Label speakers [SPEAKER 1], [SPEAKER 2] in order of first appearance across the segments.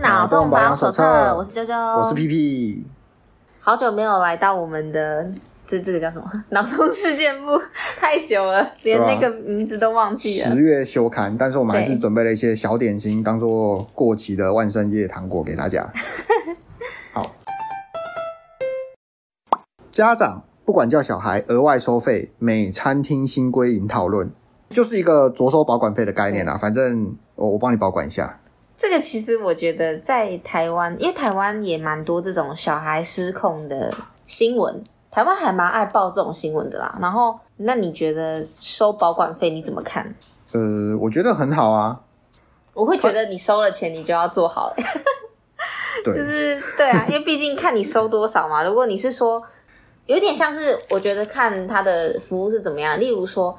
[SPEAKER 1] 脑洞保养手册，我是啾啾，
[SPEAKER 2] 我是屁屁。
[SPEAKER 1] 哦好久没有来到我们的这这个叫什么 脑洞事件部，太久了，连
[SPEAKER 2] 对啊
[SPEAKER 1] 那个名字都忘记了
[SPEAKER 2] 十。月休刊，但是我们还是
[SPEAKER 1] 啊对
[SPEAKER 2] 准备了一些小点心，当做过期的万圣夜糖果给 大家。好，家长不管教小孩额外收费，每餐厅新规引讨论，就是一个着收保管费的概念啦。啊反正我我帮你保管一下。
[SPEAKER 1] 这个其实我觉得在台湾，因为台湾也蛮多这种小孩失控的新闻，台湾还蛮爱报这种新闻的啦。然后，那你觉得收保管费你怎么看？
[SPEAKER 2] 呃，我觉得很好啊。
[SPEAKER 1] 我会觉得你收了钱，你就要做好、欸，
[SPEAKER 2] 对，
[SPEAKER 1] 就是对啊，因为毕竟看你收多少嘛。如果你是说，有点像是我觉得看他的服务是怎么样，例如说，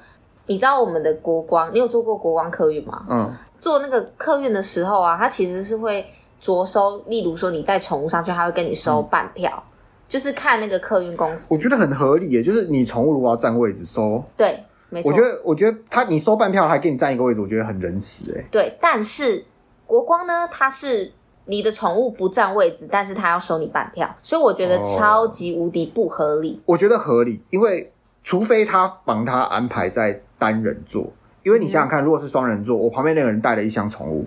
[SPEAKER 1] 你知道我们的国光，你有做过国光客运吗？
[SPEAKER 2] 嗯，
[SPEAKER 1] 做那个客运的时候啊，它其实是会着收，例如说你带宠物上去，它会跟你
[SPEAKER 2] 嗯
[SPEAKER 1] 收半票，就是看那个客运公司。
[SPEAKER 2] 我觉得很合理耶，就是你宠物如果要占位置收，
[SPEAKER 1] 对，没错。
[SPEAKER 2] 我觉得我觉得他你收半票还给你占一个位置，我觉得很仁慈哎。
[SPEAKER 1] 对，但是国光呢，它是你的宠物不占位置，但是它要收你半票，所以我觉得
[SPEAKER 2] 哦
[SPEAKER 1] 超级无敌不合理。
[SPEAKER 2] 我觉得合理，因为除非他帮他安排在单人座，因为你想想看，如果是双人座，我旁边那个人带了一箱宠物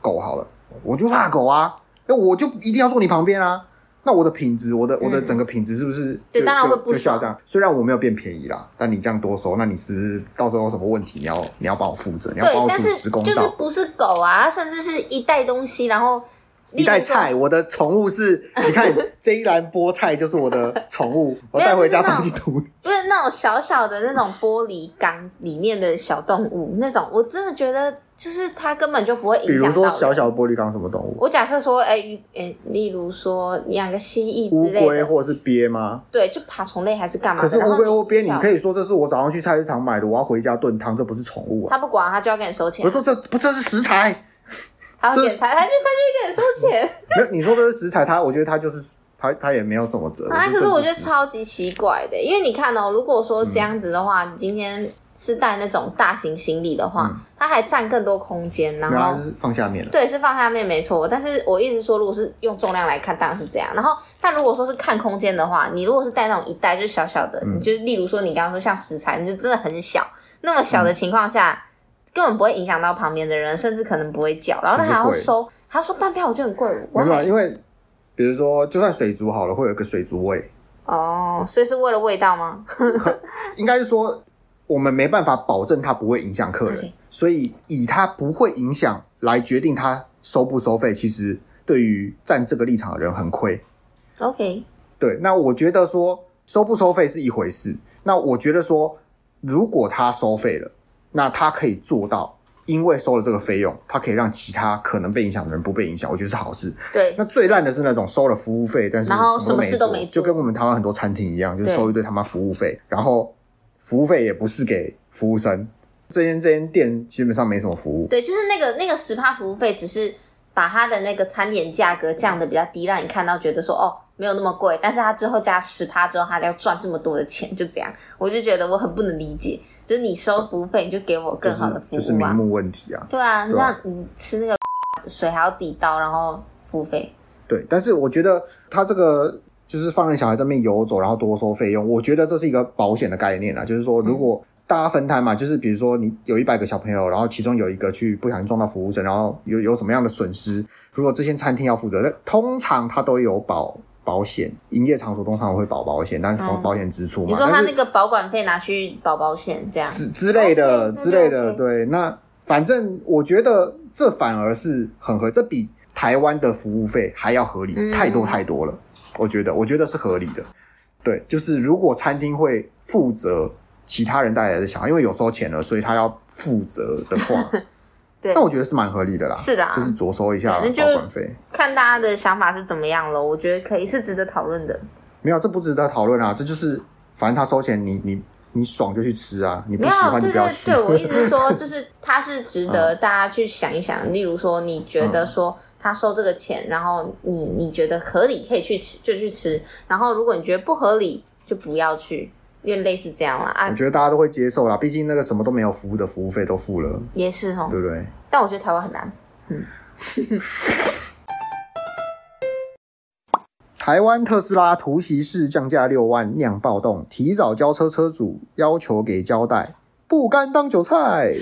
[SPEAKER 2] 狗好了，我就怕狗啊，那我就一定要坐你旁边啊。那我的品质，我的我的
[SPEAKER 1] 嗯
[SPEAKER 2] 整个品质是不是就
[SPEAKER 1] 对当然
[SPEAKER 2] 就
[SPEAKER 1] 会不
[SPEAKER 2] 就下
[SPEAKER 1] 爽
[SPEAKER 2] 降？虽然我没有变便宜啦，但你这样多收，那你是到时候有什么问题，你要你要帮我负责，你要帮
[SPEAKER 1] 对，
[SPEAKER 2] 我
[SPEAKER 1] 但
[SPEAKER 2] 主
[SPEAKER 1] 是
[SPEAKER 2] 持公道。
[SPEAKER 1] 就是不是狗啊，甚至是一袋东西，然后
[SPEAKER 2] 一袋菜，
[SPEAKER 1] 例如说。
[SPEAKER 2] 我的宠 物是，你看这一篮菠菜就是我的宠物，我
[SPEAKER 1] 没有
[SPEAKER 2] 带回家
[SPEAKER 1] 就是那
[SPEAKER 2] 放
[SPEAKER 1] 种
[SPEAKER 2] 进土里。
[SPEAKER 1] 不是那种小小的那种玻璃缸里面的小动物，那种我真的觉得就是它根本就不会影
[SPEAKER 2] 比
[SPEAKER 1] 响到
[SPEAKER 2] 如
[SPEAKER 1] 人。
[SPEAKER 2] 说小小的玻璃缸什么动物，
[SPEAKER 1] 我假设说，哎、鱼，哎、例如说养个蜥蜴
[SPEAKER 2] 乌
[SPEAKER 1] 之类
[SPEAKER 2] 龟
[SPEAKER 1] 的，啊
[SPEAKER 2] 或者是鳖吗？
[SPEAKER 1] 对，就爬虫类还是干嘛的？
[SPEAKER 2] 可是乌龟或鳖，你可
[SPEAKER 1] 以，
[SPEAKER 2] 以说这是我早上去菜市场买的，我要回家炖汤，这不是宠物啊。
[SPEAKER 1] 他不管，他就要跟你收钱
[SPEAKER 2] 我，说这不这是食材，
[SPEAKER 1] 他会
[SPEAKER 2] 这
[SPEAKER 1] 给他，他就他就会跟你收钱
[SPEAKER 2] 没有你说这是食材，它我觉得它就是它它也没有什么责任。
[SPEAKER 1] 啊！
[SPEAKER 2] 就
[SPEAKER 1] 可是
[SPEAKER 2] 正
[SPEAKER 1] 我
[SPEAKER 2] 是嗯
[SPEAKER 1] 觉得
[SPEAKER 2] 食
[SPEAKER 1] 超级奇怪的，因为你看哦，如果说这样子的话，你今天是带那种大型行李的话，它还占更多空间，然
[SPEAKER 2] 没有它
[SPEAKER 1] 后
[SPEAKER 2] 嗯是放下面了。
[SPEAKER 1] 对，是放下面没错，但是我一直说，如果是用重量来看，当然是这样。然后，但如果说是看空间的话，你如果是带那种一袋就是小小
[SPEAKER 2] 嗯
[SPEAKER 1] 的，你就例如说你刚刚说像食材，你就真的很小，那么
[SPEAKER 2] 嗯
[SPEAKER 1] 小的情况下，根本不会影响到旁边的人，甚至可能不会叫。然后他
[SPEAKER 2] 其实
[SPEAKER 1] 还要
[SPEAKER 2] 会
[SPEAKER 1] 收，还要收半票，我觉得很贵。
[SPEAKER 2] 没有，
[SPEAKER 1] 哇
[SPEAKER 2] 因为比如说就算水族好了，会有一个水族味。
[SPEAKER 1] 哦，所以是为了味道 吗？
[SPEAKER 2] 应该是说我们没办法保证它不会影响客
[SPEAKER 1] 了
[SPEAKER 2] 人
[SPEAKER 1] 解，
[SPEAKER 2] 所以以它不会影响来决定它收不收费，其实对于站这个立场的人很亏。
[SPEAKER 1] OK，
[SPEAKER 2] 对，那我觉得说收不收费是一回事，那我觉得说如果他收费了，那他可以做到。因为收了这个费用，他可以让其他可能被影响的人不被影响，我觉得是好事。
[SPEAKER 1] 对
[SPEAKER 2] 那最烂的是那种收了服务费，但是
[SPEAKER 1] 然后
[SPEAKER 2] 什
[SPEAKER 1] 什么事都没做
[SPEAKER 2] 就跟我们台湾很多餐厅一样，就是
[SPEAKER 1] 对
[SPEAKER 2] 收一堆他妈服务费，然后服务费也不是给服务生。这间这间店基本上没什么服务，
[SPEAKER 1] 对，就是那个那个十趴服务费，只是把它的那个餐点价格降的比较低，让你看到觉得说哦没有那么贵，但是它之后加十趴之后，它要赚这么多的钱，就这样，我就觉得我很不能理解，就是你收服务费，你就给我更
[SPEAKER 2] 就是
[SPEAKER 1] 好的服务啊，
[SPEAKER 2] 就是名目问题啊。
[SPEAKER 1] 对啊，
[SPEAKER 2] 对啊
[SPEAKER 1] 让你吃那个水还要自己倒，然后付费，
[SPEAKER 2] 对，但是我觉得他这个就是放任小孩在那边游走，然后多收费用，我觉得这是一个保险的概念啊，就是
[SPEAKER 1] 嗯
[SPEAKER 2] 说如果。大家分摊嘛，就是比如说你有一百个小朋友，然后其中有一个去不小心撞到服务生，然后有有什么样的损失，如果这些餐厅要负责，那通常它都有保保险，营业场所通常会保保险，但是从
[SPEAKER 1] 嗯
[SPEAKER 2] 保险支出
[SPEAKER 1] 你
[SPEAKER 2] 嘛，
[SPEAKER 1] 说他
[SPEAKER 2] 但
[SPEAKER 1] 那
[SPEAKER 2] 是
[SPEAKER 1] 个保管费拿去保保险这样，
[SPEAKER 2] 之之类的
[SPEAKER 1] OK，
[SPEAKER 2] 之类的，
[SPEAKER 1] OK，OK
[SPEAKER 2] 对，那反正我觉得这反而是很合，这比台湾的服务费还要合理、
[SPEAKER 1] 嗯，
[SPEAKER 2] 太多太多了，我觉得，我觉得是合理的。对，就是如果餐厅会负责其他人带来的小孩，因为有收钱了，所以他要负责的话
[SPEAKER 1] 对
[SPEAKER 2] 那我觉得是蛮合理的啦。
[SPEAKER 1] 是的啊
[SPEAKER 2] 就是着收一下
[SPEAKER 1] 对那就
[SPEAKER 2] 保管费。
[SPEAKER 1] 看大家的想法是怎么样了，我觉得可以是值得讨论的。
[SPEAKER 2] 没有，这不值得讨论啊，这就是反正他收钱，你你你爽就去吃啊，你不
[SPEAKER 1] 没
[SPEAKER 2] 喜
[SPEAKER 1] 有，
[SPEAKER 2] 欢就
[SPEAKER 1] 对
[SPEAKER 2] 不要
[SPEAKER 1] 对
[SPEAKER 2] 去。嗯
[SPEAKER 1] 对，我一直 说就是它是值得大家去想一想。例如说，你觉得说他收这个钱，然后你你觉得合理，可以去吃就去吃；然后如果你觉得不合理，就不要去，因为类似这样啦。啊
[SPEAKER 2] 我。觉得大家都会接受啦，毕竟那个什么都没有服务的服务费都付了，
[SPEAKER 1] 也是哦，
[SPEAKER 2] 对不对？
[SPEAKER 1] 但我觉得台湾很难。
[SPEAKER 2] 台湾特斯拉突袭式降价六万酿暴动，提早交车车主要求给交代，不甘当 韭菜。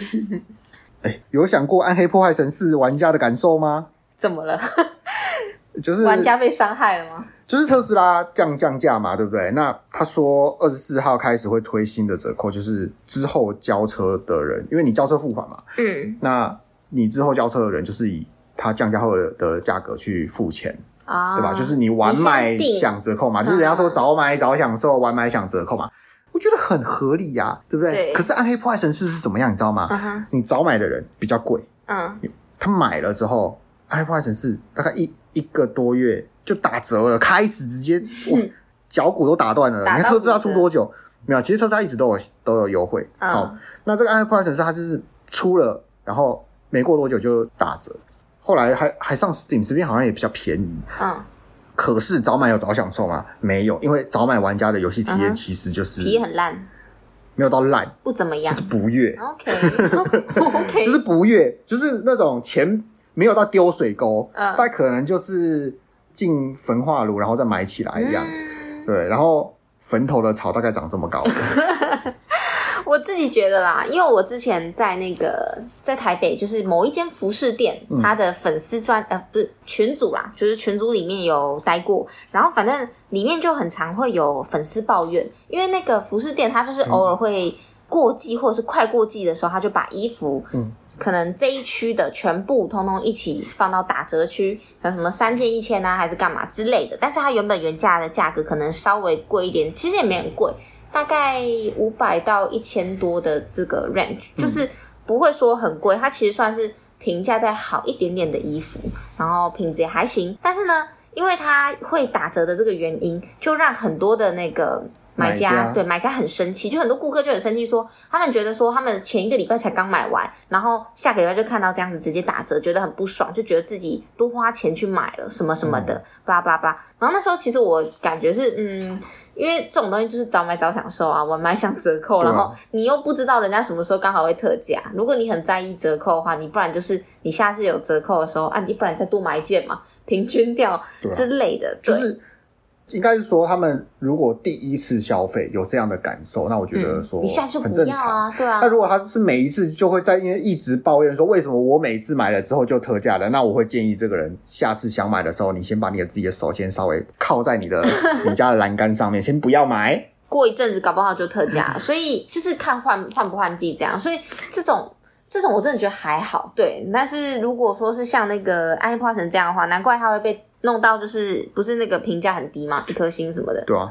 [SPEAKER 2] 哎，有想过《暗黑破坏神四》玩家的感受吗？
[SPEAKER 1] 怎么了？
[SPEAKER 2] 就是
[SPEAKER 1] 玩家被伤害了吗？
[SPEAKER 2] 就是特斯拉降降价嘛，对不对？那他说二十四号开始会推新的折扣，就是之后交车的人，因为你交车付款嘛，
[SPEAKER 1] 嗯
[SPEAKER 2] 那你之后交车的人就是以它降价后的的价格去付钱，
[SPEAKER 1] 啊，
[SPEAKER 2] 对吧？就是你晚买
[SPEAKER 1] 你先定
[SPEAKER 2] 享折扣嘛，就是人家说
[SPEAKER 1] 嗯
[SPEAKER 2] 早买早享受，晚买享折扣嘛，我觉得很合理呀、对不对？
[SPEAKER 1] 对
[SPEAKER 2] 可是暗黑破坏神四是怎么样，你知道吗？
[SPEAKER 1] 嗯哼
[SPEAKER 2] 你早买的人比较贵，
[SPEAKER 1] 嗯，
[SPEAKER 2] 他买了之后，暗黑破坏神四大概一一个多月就打折了，开始直接哇
[SPEAKER 1] 嗯
[SPEAKER 2] 脚骨都打断了。你
[SPEAKER 1] 打到
[SPEAKER 2] 看特斯拉
[SPEAKER 1] 骨折
[SPEAKER 2] 出多久？没有，其实特斯拉一直都有都有优惠。
[SPEAKER 1] 嗯
[SPEAKER 2] 好，那这个暗黑破坏神四它就是出了，然后没过多久就打折，后来还还上 Steam，这边好像也比较便宜。
[SPEAKER 1] 嗯，
[SPEAKER 2] 可是早买有早享受吗？没有，因为早买玩家的游戏体
[SPEAKER 1] 嗯
[SPEAKER 2] 验
[SPEAKER 1] 哼
[SPEAKER 2] 其实就是
[SPEAKER 1] 皮很烂，
[SPEAKER 2] 没有到烂，
[SPEAKER 1] 不怎么
[SPEAKER 2] 就
[SPEAKER 1] 样哦
[SPEAKER 2] 是。不悦，
[SPEAKER 1] OK OK，
[SPEAKER 2] 就是不悦，就是那种钱没有到丢水沟，
[SPEAKER 1] 嗯
[SPEAKER 2] 但可能就是进焚化炉然后再埋起来一样。
[SPEAKER 1] 嗯
[SPEAKER 2] 对，然后坟头的草大概长这么高，
[SPEAKER 1] 我自己觉得啦，因为我之前在那个在台北，就是某一间服饰店，
[SPEAKER 2] 嗯
[SPEAKER 1] 它的粉丝专呃不是群组啦，就是群组里面有待过，然后反正里面就很常会有粉丝抱怨，因为那个服饰店它就是偶尔会过季或者是快过季的时候，它就把衣服
[SPEAKER 2] 嗯
[SPEAKER 1] 可能这一区的全部通通一起放到打折区，像什么三件一千啊，还是干嘛之类的。但是它原本原价的价格可能稍微贵一点，其实也没很贵，大概五百到一千多的这个 range，就是
[SPEAKER 2] 嗯
[SPEAKER 1] 不会说很贵，它其实算是评价再好一点点的衣服，然后品质也还行。但是呢，因为它会打折的这个原因，就让很多的那个。买家
[SPEAKER 2] 买家
[SPEAKER 1] 对买家很生气，就很多顾客就很生气说他们觉得说他们前一个礼拜才刚买完，然后下个礼拜就看到这样子直接打折，觉得很不爽，就觉得自己多花钱去买了什么什么的，
[SPEAKER 2] 啊
[SPEAKER 1] 巴拉巴拉巴拉。然后那时候其实我感觉是，嗯，因为这种东西就是早买早享受啊，晚买享折扣，
[SPEAKER 2] 对啊
[SPEAKER 1] 然后你又不知道人家什么时候刚好会特价。如果你很在意折扣的话，你不然就是你下次有折扣的时候啊，你不然再多买一件嘛，平均掉
[SPEAKER 2] 对啊
[SPEAKER 1] 之类的，
[SPEAKER 2] 就
[SPEAKER 1] 对
[SPEAKER 2] 是应该是说他们如果第一次消费有这样的感受，那我觉得
[SPEAKER 1] 嗯
[SPEAKER 2] 说
[SPEAKER 1] 你下次就
[SPEAKER 2] 很
[SPEAKER 1] 不
[SPEAKER 2] 正
[SPEAKER 1] 要
[SPEAKER 2] 常。
[SPEAKER 1] 啊，对啊
[SPEAKER 2] 那，如果他是每一次就会在因为一直抱怨说为什么我每次买了之后就特价了，那我会建议这个人下次想买的时候，你先把你的自己的手先稍微靠在你的你家的栏杆上面，先不要买。
[SPEAKER 1] 过一阵子搞不好就特 价，所以就是看换换不换季这样。所以这种这种我真的觉得还好，对。但是如果说是像那个安利花神这样的话，难怪他会被弄到就是不是那个评价很低嘛，一颗星什么的，
[SPEAKER 2] 对啊，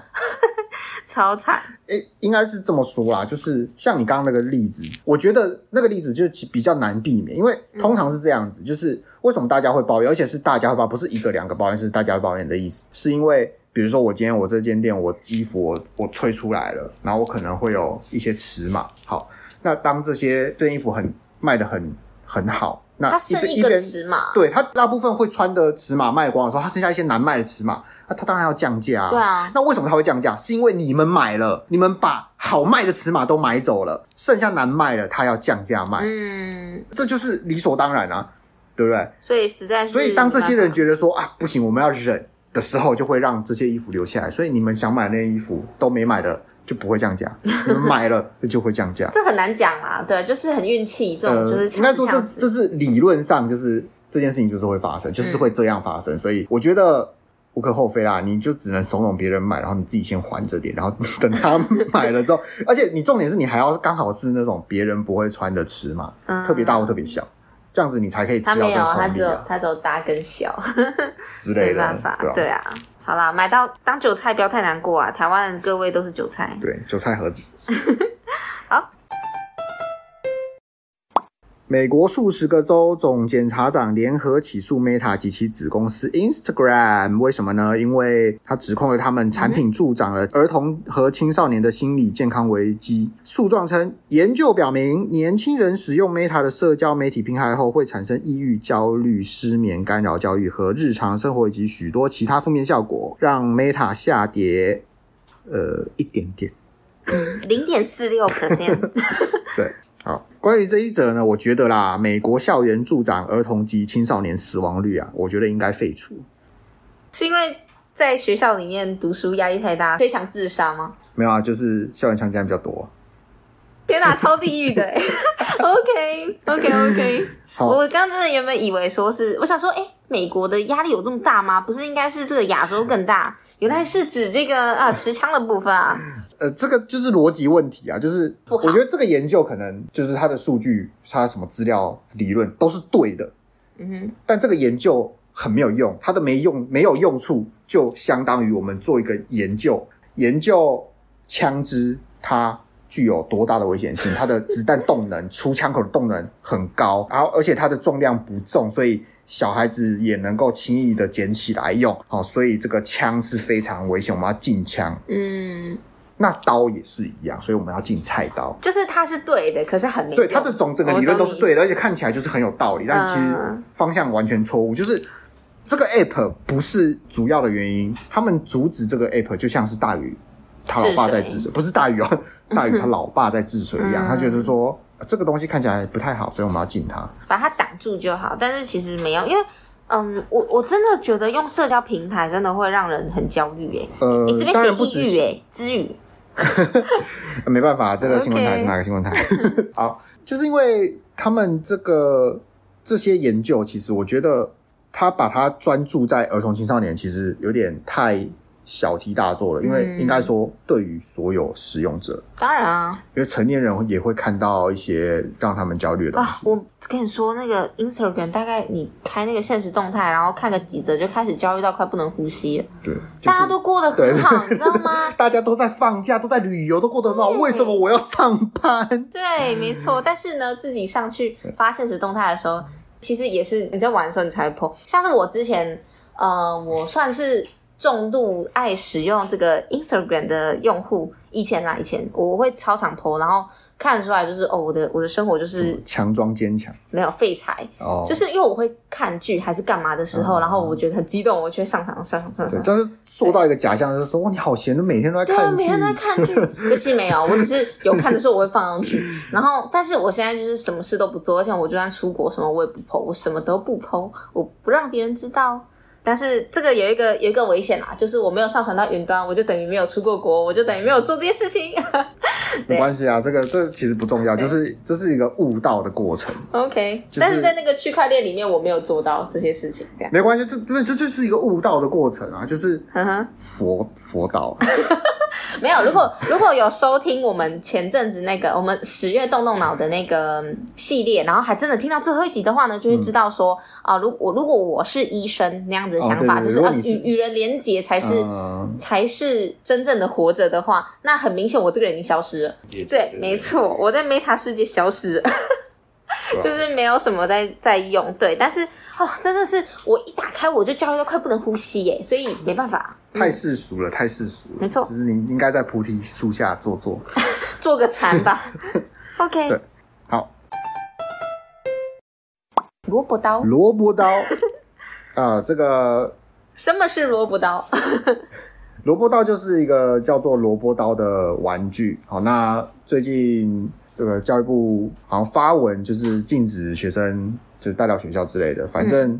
[SPEAKER 1] 超惨。
[SPEAKER 2] 诶、应该是这么说啦，就是像你刚刚那个例子，我觉得那个例子就比较难避免，因为
[SPEAKER 1] 嗯
[SPEAKER 2] 通常是这样子，就是为什么大家会抱怨，而且是大家会抱怨，不是一个两个抱怨，是大家会抱怨的意思，是因为比如说我今天我这间店我衣服我我退出来了，然后我可能会有一些尺码，好，那当这些这件衣服很卖的很很好，那
[SPEAKER 1] 它
[SPEAKER 2] 啊一
[SPEAKER 1] 剩
[SPEAKER 2] 边
[SPEAKER 1] 一
[SPEAKER 2] 边
[SPEAKER 1] 个尺码，
[SPEAKER 2] 对他大部分会穿的尺码卖光的时候，他剩下一些难卖的尺码，那他当然要降价啊。
[SPEAKER 1] 对啊
[SPEAKER 2] 那为什么他会降价？是因为你们买了，你们把好卖的尺码都买走了，剩下难卖的他要降价卖，
[SPEAKER 1] 嗯，
[SPEAKER 2] 这就是理所当然啊，对不对？
[SPEAKER 1] 所以实在是，
[SPEAKER 2] 所以当这些人觉得说啊不行，我们要忍的时候，就会让这些衣服留下来。所以你们想买那些衣服都没买的，就不会降价；你们买了就会降价。
[SPEAKER 1] 这很难讲啊，对，就是很运气，这种就是
[SPEAKER 2] 呃应该说这
[SPEAKER 1] 呛死
[SPEAKER 2] 这是理论上就是这件事情就是会发生，就是
[SPEAKER 1] 嗯
[SPEAKER 2] 会这样发生，所以我觉得。无可厚非啦，你就只能怂恿别人买，然后你自己先还着点，然后 等他买了之后，而且你重点是你还要刚好是那种别人不会穿的尺码，特别大或特别小，这样子你才可以吃
[SPEAKER 1] 嗯他
[SPEAKER 2] 到
[SPEAKER 1] 没
[SPEAKER 2] 这
[SPEAKER 1] 有，
[SPEAKER 2] 个
[SPEAKER 1] 他
[SPEAKER 2] 红
[SPEAKER 1] 只
[SPEAKER 2] 利
[SPEAKER 1] 有
[SPEAKER 2] 啊
[SPEAKER 1] 他只有大跟小。
[SPEAKER 2] 之类
[SPEAKER 1] 没
[SPEAKER 2] 的
[SPEAKER 1] 办法，，
[SPEAKER 2] 对
[SPEAKER 1] 对
[SPEAKER 2] 啊
[SPEAKER 1] 啊。好啦，买到当韭菜不要太难过啊！台湾各位都是韭 菜。
[SPEAKER 2] 对，韭菜盒子。
[SPEAKER 1] 好。
[SPEAKER 2] 美国数十个州总检察长联合起诉 Meta 及其子公司 Instagram，为什么呢？因为他指控了他们产品助长了儿童和青少年的心理健康危机。诉状称，研究表明，年轻人使用 Meta 的社交媒体平台后，会产生抑郁、焦虑、失眠、干扰教育和日常生活以及许多其他负面效果，让 Meta 下跌呃一点点。
[SPEAKER 1] 零点四六 percent，
[SPEAKER 2] 对，好，关于这一则呢，我觉得啦，美国校园助长儿童及青少年死亡率啊，我觉得应该废除。
[SPEAKER 1] 是因为在学校里面读书压力太大，所以想自杀吗？
[SPEAKER 2] 没有啊，就是校园强奸比较多。
[SPEAKER 1] 天 哪，超地狱的、欸、！OK OK OK，
[SPEAKER 2] 好
[SPEAKER 1] 我刚刚真的原本以为说是，我想说，哎、美国的压力有这么大吗？不是应该是这个亚洲更大？原来是指这个啊持枪的部分啊。
[SPEAKER 2] 呃，这个就是逻辑问题啊，就是
[SPEAKER 1] 不
[SPEAKER 2] 我
[SPEAKER 1] 好
[SPEAKER 2] 觉得这个研究可能就是它的数据、它什么资料、理论都是对的，
[SPEAKER 1] 嗯哼，
[SPEAKER 2] 但这个研究很没有用，它的没用没有用处，就相当于我们做一个研究，研究枪支它具有多大的危险性，它的子弹动能、出枪口的动能很高，然后而且它的重量不重，所以小孩子也能够轻易的捡起来用。好、所以这个枪是非常危险，我们要禁枪。
[SPEAKER 1] 嗯，
[SPEAKER 2] 那刀也是一样，所以我们要禁菜刀。
[SPEAKER 1] 就是它是对的，可是很没
[SPEAKER 2] 对，
[SPEAKER 1] 用
[SPEAKER 2] 它的总整个理论都是对的，而且看起来就是很有道理，但其实
[SPEAKER 1] 哦嗯
[SPEAKER 2] 方向完全错误。就是这个 app 不是主要的原因，他们阻止这个 app 就像是大宇他老爸在治
[SPEAKER 1] 治
[SPEAKER 2] 水，不是大 宇哦，大宇他老爸在治水一
[SPEAKER 1] 嗯
[SPEAKER 2] 样，他觉得说。呃这个东西看起来不太好，所以我们要禁它。
[SPEAKER 1] 把它挡住就好。但是其实没用，因为嗯，我我真的觉得用社交平台真的会让人很焦虑诶、
[SPEAKER 2] 呃
[SPEAKER 1] 你、这，边
[SPEAKER 2] 当
[SPEAKER 1] 写
[SPEAKER 2] 然不只
[SPEAKER 1] 抑郁
[SPEAKER 2] 是、
[SPEAKER 1] 诶、之治愈，
[SPEAKER 2] 呃没办法，这个新闻台
[SPEAKER 1] OK
[SPEAKER 2] 是哪个新闻台？ 好，就是因为他们这个这些研究，其实我觉得他把它专注在儿童青少年，其实有点太小题大做了。因为
[SPEAKER 1] 嗯
[SPEAKER 2] 应该说，对于所有使用者，
[SPEAKER 1] 当然啊，
[SPEAKER 2] 因为成年人也会看到一些让他们焦虑的东
[SPEAKER 1] 啊，
[SPEAKER 2] 西。
[SPEAKER 1] 我跟你说，那个 Instagram 大概你开那个现实动态，然后看个几折，就开始焦虑到快不能呼吸了。
[SPEAKER 2] 对，就
[SPEAKER 1] 啊大
[SPEAKER 2] 是
[SPEAKER 1] 家都过得很好，你知道吗？
[SPEAKER 2] 大家都在放假，都在旅游，都过得很好，
[SPEAKER 1] 对
[SPEAKER 2] 为什么我要上班？
[SPEAKER 1] 对，没错。但是呢，自己上去发现实动态的时候，其实也是你在玩的时候你才会 po。像是我之前，呃，我算是重度爱使用这个 Instagram 的用户。以前啦，以前我会超常 po，然后看得出来就是哦，我的我的生活就是
[SPEAKER 2] 强装坚强
[SPEAKER 1] 没有废柴，
[SPEAKER 2] 哦，
[SPEAKER 1] 就是因为我会看剧还是干嘛的时候，
[SPEAKER 2] 嗯
[SPEAKER 1] 然后我觉得很激动，我就会上场上场上
[SPEAKER 2] 对，
[SPEAKER 1] 场。
[SPEAKER 2] 但是塑造一个假象，就是说哇，你好闲，每天都在
[SPEAKER 1] 对
[SPEAKER 2] 看
[SPEAKER 1] 啊，
[SPEAKER 2] 剧，
[SPEAKER 1] 每天都在看 剧，可其实没有，我只是有看的时候我会放上去。然后，但是我现在就是什么事都不做，而且我就算出国什么我也不剖，我什么都不剖，我不让别人知道。但是这个有一个有一个危险啦，就是我没有上传到云端，我就等于没有出过国，我就等于没有做这些事情。
[SPEAKER 2] 没关系啊，这个这其实不重要，
[SPEAKER 1] 对
[SPEAKER 2] 就是这是一个悟道的过程，
[SPEAKER 1] OK，、
[SPEAKER 2] 就是
[SPEAKER 1] 但是在那个区块链里面，我没有做到这些事情，这样。
[SPEAKER 2] 没关系，这这这就是一个悟道的过程啊，就是
[SPEAKER 1] 嗯哼，
[SPEAKER 2] 佛佛道，啊
[SPEAKER 1] 没有。如果如果有收听我们前阵子那个我们十月动动脑的那个嗯系列，然后还真的听到最后一集的话呢，就会知道说啊，如我如果我是医生那样子的想法，
[SPEAKER 2] 嗯哦对对对
[SPEAKER 1] 就是
[SPEAKER 2] 如果
[SPEAKER 1] 啊
[SPEAKER 2] 你是
[SPEAKER 1] 与与人连结才是。
[SPEAKER 2] 嗯
[SPEAKER 1] 才是真正的活着的话，那很明显我这个人已经消失了。对，没，错，我在 Meta 世界消失了。
[SPEAKER 2] 对吧
[SPEAKER 1] 就是没有什么在在用，对，但是哦，真的是我一打开我就焦虑到快不能呼吸耶，所以没办法，
[SPEAKER 2] 太世俗了，太世俗了，
[SPEAKER 1] 没错
[SPEAKER 2] 就是你应该在菩提树下坐坐。
[SPEAKER 1] 做个禅吧。OK，
[SPEAKER 2] 对好，
[SPEAKER 1] 萝卜刀，
[SPEAKER 2] 萝 卜刀，啊，这个
[SPEAKER 1] 什么是萝卜刀？
[SPEAKER 2] 萝卜刀就是一个叫做萝卜刀的玩具。好，那最近这个教育部好像发文，就是禁止学生就是带到学校之类的，反正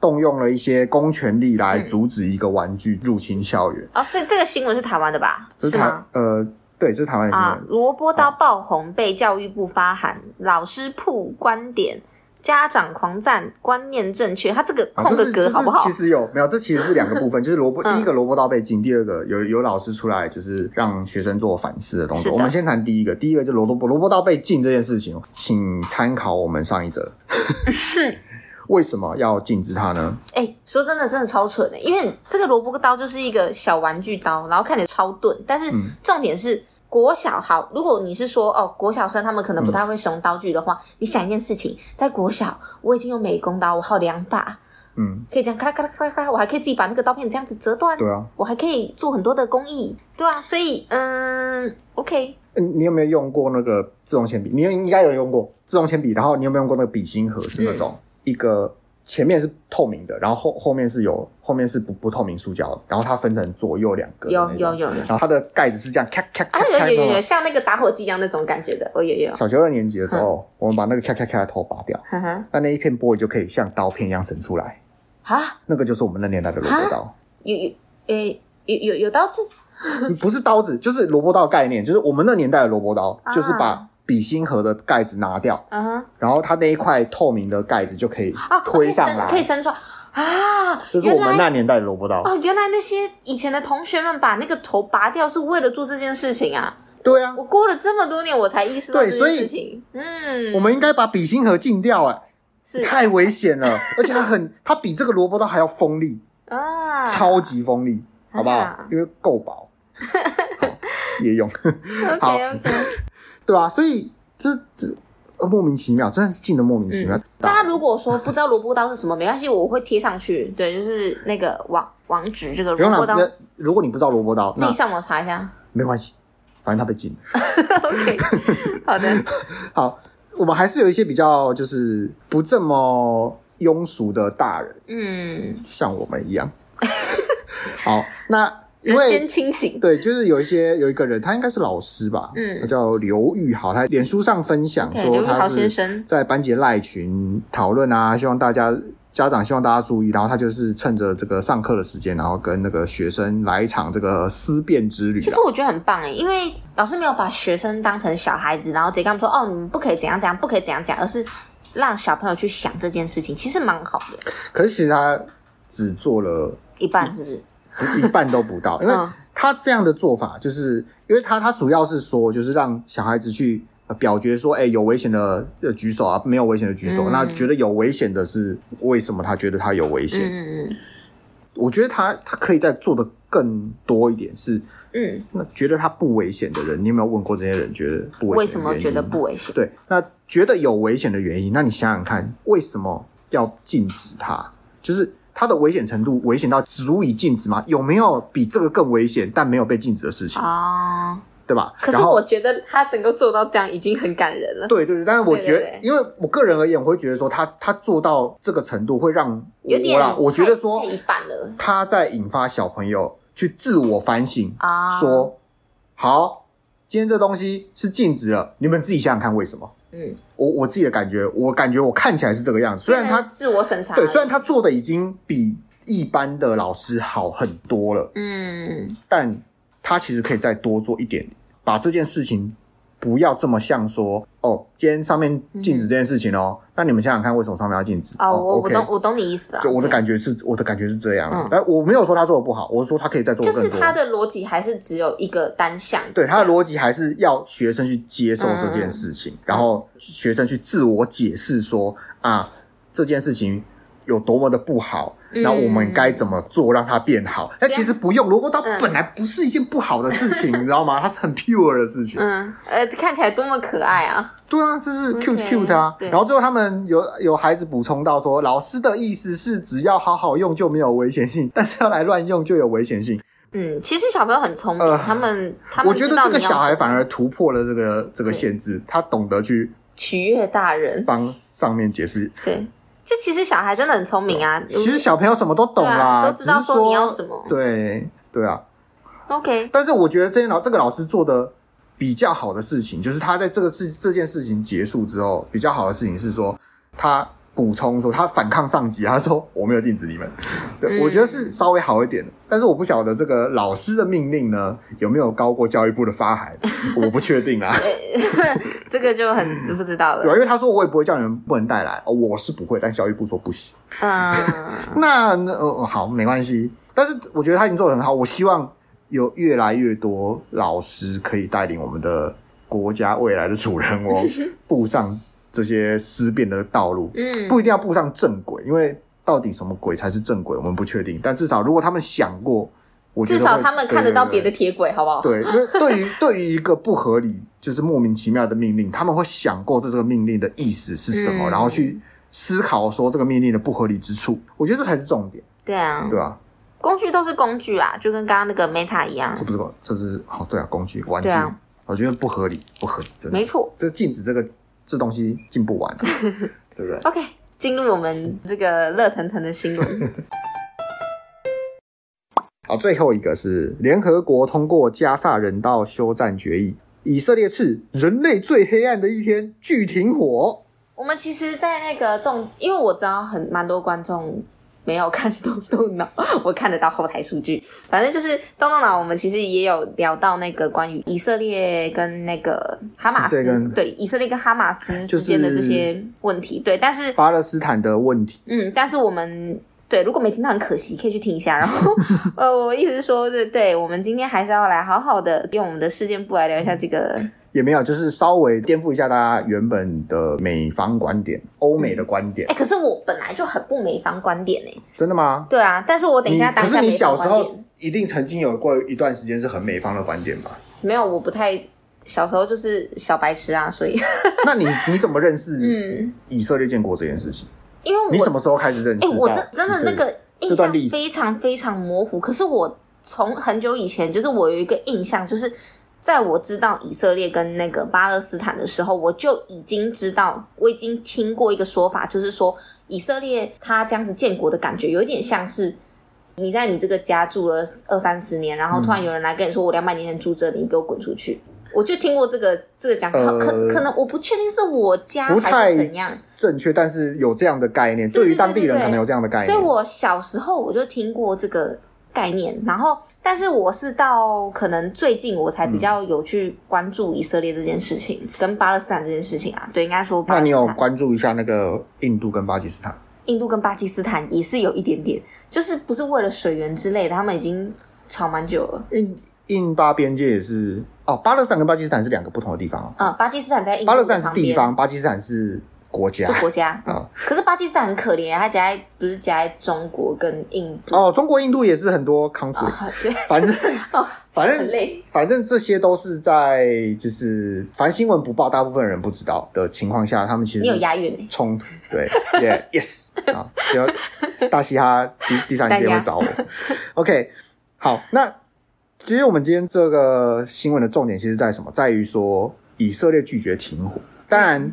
[SPEAKER 2] 动用了一些公权力来
[SPEAKER 1] 嗯
[SPEAKER 2] 阻止一个玩具入侵校园。
[SPEAKER 1] 哦，所以这个新闻是台湾的吧？
[SPEAKER 2] 这是台
[SPEAKER 1] 吗？
[SPEAKER 2] 呃，对，这是台湾的新闻。
[SPEAKER 1] 啊，萝卜刀爆红，被教育部发函，老师曝观点，家长狂赞，观念正确。他这个
[SPEAKER 2] 啊
[SPEAKER 1] 空
[SPEAKER 2] 这
[SPEAKER 1] 个
[SPEAKER 2] 是
[SPEAKER 1] 格
[SPEAKER 2] 这
[SPEAKER 1] 好
[SPEAKER 2] 是
[SPEAKER 1] 不好
[SPEAKER 2] 其？实有没有？这其实是两个部分，就是萝卜
[SPEAKER 1] 嗯
[SPEAKER 2] 第一个萝卜刀被禁，第二个有有老师出来就是让学生做反思的动
[SPEAKER 1] 是
[SPEAKER 2] 作。
[SPEAKER 1] 的
[SPEAKER 2] 我们先谈第一个，第一个就萝卜萝卜刀被禁这件事情，请参考我们上 一则。 为什么要禁止它呢？
[SPEAKER 1] 哎、说真的，真的超蠢的、因为这个萝卜刀就是一个小玩具刀，然后看起来超钝，但是
[SPEAKER 2] 嗯
[SPEAKER 1] 重点是。国小好，如果你是说哦，国小生他们可
[SPEAKER 2] 嗯
[SPEAKER 1] 能不太会使用刀具的话，你想一件事情，在国小我已经有美工刀，我还有两把，
[SPEAKER 2] 嗯，
[SPEAKER 1] 可以这样咔啦咔啦咔啦咔啦，我还可以自己把那个刀片这样子折断，
[SPEAKER 2] 对啊，
[SPEAKER 1] 我还可以做很多的工艺，对啊，所以嗯，OK，
[SPEAKER 2] 嗯你有没有用过那个自动铅笔？你应该有用过自动铅笔，然后你有没有用过那个笔芯盒？是那种、一个前面是透明的，然后后后面是有后面是不不透明塑胶的，然后它分成左右两个的
[SPEAKER 1] 有
[SPEAKER 2] 那种
[SPEAKER 1] 有有有
[SPEAKER 2] 然后它的盖子是这样咔咔咔
[SPEAKER 1] 啊，有
[SPEAKER 2] 咔
[SPEAKER 1] 有有有
[SPEAKER 2] 咔。
[SPEAKER 1] 像那个打火机一样那种感觉的，哦我有有，
[SPEAKER 2] 小学二年级的时候，我们把那个咔咔咔的头拔掉，
[SPEAKER 1] 哈哈，
[SPEAKER 2] 那那一片玻璃就可以像刀片一样伸出来，
[SPEAKER 1] 啊，
[SPEAKER 2] 那个就是我们那年代的萝卜刀。
[SPEAKER 1] 有有诶、有有有刀子，
[SPEAKER 2] 不是刀子，就是萝卜刀的概念，就是我们那年代的萝卜刀，
[SPEAKER 1] 啊
[SPEAKER 2] 就是把笔芯盒的盖子拿掉，
[SPEAKER 1] 嗯哼，
[SPEAKER 2] 然后它那一块透明的盖子就可以
[SPEAKER 1] 啊，
[SPEAKER 2] 推上来，
[SPEAKER 1] 可以伸可以伸出来啊，
[SPEAKER 2] 这是我们
[SPEAKER 1] 原来
[SPEAKER 2] 那年代的萝卜刀。
[SPEAKER 1] 哦，原来那些以前的同学们把那个头拔掉是为了做这件事情啊！
[SPEAKER 2] 对啊，
[SPEAKER 1] 我过了这么多年，我才意识到
[SPEAKER 2] 对
[SPEAKER 1] 这
[SPEAKER 2] 所
[SPEAKER 1] 件
[SPEAKER 2] 以
[SPEAKER 1] 事情。嗯，
[SPEAKER 2] 我们应该把笔芯盒禁掉、哎，
[SPEAKER 1] 是
[SPEAKER 2] 太危险了，而且它很，它比这个萝卜刀还要锋利，
[SPEAKER 1] 啊，
[SPEAKER 2] 超级锋利，好不好
[SPEAKER 1] 啊？
[SPEAKER 2] 因为够 薄，好也用， 好
[SPEAKER 1] OK OK。
[SPEAKER 2] 对吧、所以这这呃莫名其妙，真的是禁的莫名其妙。
[SPEAKER 1] 嗯大家如果说不知道萝卜刀是什么，没关系，我会贴上 去。对，就是那个网网址，这个
[SPEAKER 2] 不用
[SPEAKER 1] 萝卜
[SPEAKER 2] 了，
[SPEAKER 1] 刀
[SPEAKER 2] 那如果你不知道萝卜刀，
[SPEAKER 1] 自
[SPEAKER 2] 那
[SPEAKER 1] 己上网查一下。
[SPEAKER 2] 没关系，反正它被禁了。
[SPEAKER 1] OK，好的，
[SPEAKER 2] 好，我们还是有一些比较就是不这么庸俗的大人，
[SPEAKER 1] 嗯，
[SPEAKER 2] 像我们一 样。好，那因
[SPEAKER 1] 嗯人
[SPEAKER 2] 为
[SPEAKER 1] 间清醒，
[SPEAKER 2] 对，就是有一些有一个人，他应该是老师吧，
[SPEAKER 1] 嗯
[SPEAKER 2] 他叫刘玉豪，他脸书上分享
[SPEAKER 1] OK，
[SPEAKER 2] 说
[SPEAKER 1] 刘玉
[SPEAKER 2] 他
[SPEAKER 1] 豪先
[SPEAKER 2] 是
[SPEAKER 1] 生
[SPEAKER 2] 在班级的赖群讨论啊，希望大家家长希望大家注意，然后他就是趁着这个上课的时间，然后跟那个学生来一场这个思辨之旅
[SPEAKER 1] 其
[SPEAKER 2] 啊
[SPEAKER 1] 实。我觉得很棒诶，欸因为老师没有把学生当成小孩子，然后直接跟他们说哦，你们不可以怎样怎样，不可以怎样讲，而是让小朋友去想这件事情，其实蛮好的。
[SPEAKER 2] 可是其实他只做了
[SPEAKER 1] 一半是不是？
[SPEAKER 2] 不一半都不到，嗯因为
[SPEAKER 1] 嗯
[SPEAKER 2] 他这样的做法，就是因为他他主要是说，就是让小孩子去呃表决说，哎、有危险的呃举手啊，没有危险的举手。
[SPEAKER 1] 嗯
[SPEAKER 2] 那觉得有危险的是为什么？他觉得他有危
[SPEAKER 1] 嗯
[SPEAKER 2] 险？
[SPEAKER 1] 嗯
[SPEAKER 2] 我觉得他他可以再做的更多一点是，
[SPEAKER 1] 嗯，
[SPEAKER 2] 那觉得他不危险的人，你有没有问过这些人觉得不
[SPEAKER 1] 为
[SPEAKER 2] 危
[SPEAKER 1] 什
[SPEAKER 2] 险？
[SPEAKER 1] 么觉得？不危险？
[SPEAKER 2] 对，那觉得有危险的原因，那你想想看，为什么要禁止它？就是它的危险程度危险到足以禁止吗？有没有比这个更危险但没有被禁止的事情，
[SPEAKER 1] 啊、
[SPEAKER 2] 对吧？
[SPEAKER 1] 可是
[SPEAKER 2] 然后
[SPEAKER 1] 我觉得他能够做到这样已经很感人了，
[SPEAKER 2] 对对对，但是我觉得，
[SPEAKER 1] 对对对
[SPEAKER 2] 因为我个人而言，我会觉得说他他做到这个程度，会让
[SPEAKER 1] 有点
[SPEAKER 2] 我啦，我觉
[SPEAKER 1] 太
[SPEAKER 2] 得说
[SPEAKER 1] 太一半了
[SPEAKER 2] 他在引发小朋友去自我反省，
[SPEAKER 1] 啊。
[SPEAKER 2] 说好，今天这东西是禁止了，你们自己想想看为什么？
[SPEAKER 1] 嗯，
[SPEAKER 2] 我我自己的感觉，我感觉我看起来是这个样子，虽然
[SPEAKER 1] 变成
[SPEAKER 2] 他
[SPEAKER 1] 自我审查，
[SPEAKER 2] 对，虽然他做的已经比一般的老师好很多了，
[SPEAKER 1] 嗯
[SPEAKER 2] 但他其实可以再多做一点，把这件事情不要这么像说哦，今天上
[SPEAKER 1] 嗯
[SPEAKER 2] 面禁止这件事情哦，那你们想想看为什么上面要禁止？
[SPEAKER 1] 哦，我我
[SPEAKER 2] OK，
[SPEAKER 1] 懂我懂你意思啊，
[SPEAKER 2] 就我的感觉是我的感觉是这样
[SPEAKER 1] 嗯，
[SPEAKER 2] 但我没有说他做的不好，我是说他可以再做
[SPEAKER 1] 就
[SPEAKER 2] 得更
[SPEAKER 1] 是
[SPEAKER 2] 多。
[SPEAKER 1] 他的逻辑还是只有一个单向，
[SPEAKER 2] 对他的逻辑还是要学生去接受这
[SPEAKER 1] 嗯
[SPEAKER 2] 件事情，然后学生去自我解释说啊这件事情有多么的不好，
[SPEAKER 1] 嗯啊
[SPEAKER 2] 然后我们该怎么做让它变好。但其实不用，萝卜刀
[SPEAKER 1] 嗯
[SPEAKER 2] 本来不是一件不好的事 情，你知道吗？它是很 pure 的事情。
[SPEAKER 1] 嗯，呃，看起来多么可爱啊！
[SPEAKER 2] 对啊，这是 cute
[SPEAKER 1] OK，
[SPEAKER 2] cute 的啊。
[SPEAKER 1] 对
[SPEAKER 2] 然后最后他们有有孩子补充到说，老师的意思是只要好好用就没有危险性，但是要来乱用就有危险性。
[SPEAKER 1] 嗯，其实小朋友很聪明，
[SPEAKER 2] 呃
[SPEAKER 1] 他们他们
[SPEAKER 2] 我觉得
[SPEAKER 1] 知道
[SPEAKER 2] 这个
[SPEAKER 1] 你要
[SPEAKER 2] 小孩
[SPEAKER 1] 什么
[SPEAKER 2] 反而突破了这个这个
[SPEAKER 1] 对
[SPEAKER 2] 限制，他懂得去
[SPEAKER 1] 取悦大人，
[SPEAKER 2] 帮上面解释。
[SPEAKER 1] 对，就其实小孩真的很聪明啊。
[SPEAKER 2] 其实小朋友什么都懂啦，
[SPEAKER 1] 对啊都知道
[SPEAKER 2] 只是
[SPEAKER 1] 说
[SPEAKER 2] 说
[SPEAKER 1] 你要什么
[SPEAKER 2] 对对啊，
[SPEAKER 1] 嗯 OK，
[SPEAKER 2] 但是我觉得这些老这个老师做的比较好的事情，就是他在这个事这件事情结束之后，比较好的事情是说他补充说他反抗上级，他说我没有禁止你们。对、
[SPEAKER 1] 嗯
[SPEAKER 2] 我觉得是稍微好一点的，但是我不晓得这个老师的命令呢有没有高过教育部的发函，我不确定啦。啊
[SPEAKER 1] 这个就很
[SPEAKER 2] 嗯
[SPEAKER 1] 不知道
[SPEAKER 2] 对吧？啊
[SPEAKER 1] 了。
[SPEAKER 2] 因为他说我也不会叫你们不能带来，哦，我是不会，但教育部说不行。
[SPEAKER 1] 嗯，
[SPEAKER 2] 那那呃好，没关系。但是我觉得他已经做得很好，我希望有越来越多老师可以带领我们的国家未来的主 人翁步上这些思辨的道路，
[SPEAKER 1] 嗯
[SPEAKER 2] 不一定要步上正轨，因为到底什么鬼才是正轨，我们不确定。但至少如果他们想过，我觉
[SPEAKER 1] 至
[SPEAKER 2] 得
[SPEAKER 1] 少
[SPEAKER 2] 会
[SPEAKER 1] 他们看得到别的。铁轨，好不好？
[SPEAKER 2] 对对对对，因为对于对于一个不合理，就是莫名其妙的命令，他们会想过这这个命令的意思是什么，
[SPEAKER 1] 嗯
[SPEAKER 2] 然后去思考说这个命令的不合理之处。我觉得这才是重点。
[SPEAKER 1] 对啊，
[SPEAKER 2] 对啊，
[SPEAKER 1] 工具都是工具啊，就跟刚刚那个 Meta 一样
[SPEAKER 2] 这，不是工，这是哦，对啊，工具玩具，
[SPEAKER 1] 对啊
[SPEAKER 2] 我觉得不合理，不合理，真的
[SPEAKER 1] 没。错。
[SPEAKER 2] 这禁止这个这东西进不 完、啊对不对？
[SPEAKER 1] OK，进入我们这个热腾腾的新 闻。
[SPEAKER 2] 好，最后一个是联合国通过加萨人道休战决议，以色列是人类最黑暗的一天，巨停火。
[SPEAKER 1] 我们其实，在那个动，因为我知道很蛮多观众没有看动动脑， 我看得到后台数据。反正就是动动脑，我们其实也有聊到那个关于以色列跟那个哈马
[SPEAKER 2] 以色列
[SPEAKER 1] 斯
[SPEAKER 2] 跟，
[SPEAKER 1] 对以色列跟哈马斯之
[SPEAKER 2] 就是
[SPEAKER 1] 间的这些问题。对，但是
[SPEAKER 2] 巴勒斯坦的问题，
[SPEAKER 1] 嗯，但是我们对如果没听到很可惜，可以去听一下。然后 呃，我意思是说，对对，我们今天还是要来好好的用我们的事件部来聊一下这个。
[SPEAKER 2] 也没有，就是稍微颠覆一下大家原本的美方观点、欧美的观点
[SPEAKER 1] 哎、。可是我本来就很不美方观点呢、
[SPEAKER 2] 真的吗？
[SPEAKER 1] 对啊，但是我等一
[SPEAKER 2] 你
[SPEAKER 1] 下
[SPEAKER 2] 可
[SPEAKER 1] 当
[SPEAKER 2] 是
[SPEAKER 1] 下
[SPEAKER 2] 你
[SPEAKER 1] 没
[SPEAKER 2] 小时
[SPEAKER 1] 观
[SPEAKER 2] 候
[SPEAKER 1] 点。
[SPEAKER 2] 一定曾经有过一段时间是很美方的观点 吧？
[SPEAKER 1] 没有，我不太小时候就是小白痴啊，所以
[SPEAKER 2] 那你你怎么认识
[SPEAKER 1] 嗯，
[SPEAKER 2] 以色列建国这件事情？
[SPEAKER 1] 因为我
[SPEAKER 2] 你什么时候开始认识
[SPEAKER 1] 哎、
[SPEAKER 2] 到以色列？
[SPEAKER 1] 我真真的那个印
[SPEAKER 2] 这段
[SPEAKER 1] 象
[SPEAKER 2] 历史
[SPEAKER 1] 非常非常模糊，可是我从很久以前就是我有一个印象就是。在我知道以色列跟那个巴勒斯坦的时候，我就已经知道，我已经听过一个说法，就是说以色列它这样子建国的感觉，有一点像是你在你这个家住了二三十年，然后
[SPEAKER 2] 嗯
[SPEAKER 1] 突然有人来跟你说，我两百年前住这里，你给我滚出去。我就听过这个这个讲法，
[SPEAKER 2] 呃
[SPEAKER 1] 可可能我不确定是我家
[SPEAKER 2] 不
[SPEAKER 1] 还
[SPEAKER 2] 太
[SPEAKER 1] 是怎样，
[SPEAKER 2] 正确，但是有这样的概念，
[SPEAKER 1] 对对
[SPEAKER 2] 于当地人可能有这样的概念。
[SPEAKER 1] 所以我小时候我就听过这个概念，然后但是我是到可能最近我才比较有去关注以色列这件事情、跟巴勒斯坦这件事情啊，对，应该说巴
[SPEAKER 2] 那
[SPEAKER 1] 勒斯
[SPEAKER 2] 你有
[SPEAKER 1] 坦、
[SPEAKER 2] 关注一下那个印度跟巴基斯坦？
[SPEAKER 1] 印度跟巴基斯坦也是有一点点，就是不是为了水源之类的，他们已经吵蛮久了。
[SPEAKER 2] 印印巴边界也是哦，巴勒斯坦跟巴基斯坦是两个不同的地方哦。
[SPEAKER 1] 嗯，巴基斯坦在印度
[SPEAKER 2] 巴
[SPEAKER 1] 的
[SPEAKER 2] 勒斯坦是
[SPEAKER 1] 旁
[SPEAKER 2] 地
[SPEAKER 1] 边
[SPEAKER 2] 方，巴基斯坦是国家。
[SPEAKER 1] 是国家、嗯
[SPEAKER 2] 啊
[SPEAKER 1] 可是巴基斯坦很可怜，它夹在不是夹在中国跟印 度
[SPEAKER 2] 哦，中国印度也是很多
[SPEAKER 1] 啊、
[SPEAKER 2] conflict，、
[SPEAKER 1] 对，
[SPEAKER 2] 反正
[SPEAKER 1] 哦，
[SPEAKER 2] 反
[SPEAKER 1] 很
[SPEAKER 2] 正
[SPEAKER 1] 累。
[SPEAKER 2] 反正这些都是在就是，反正新闻不报，大部分人不知道的情况下，他们其
[SPEAKER 1] 你有
[SPEAKER 2] 实
[SPEAKER 1] 押韵欸
[SPEAKER 2] 冲突，对，yeah yes 啊，就大嘻哈第第三节
[SPEAKER 1] 大
[SPEAKER 2] 会
[SPEAKER 1] 家
[SPEAKER 2] 找我。OK，好，那其实我们今天这个新闻的重点其实在什么？在于说以色列拒绝停火，当然。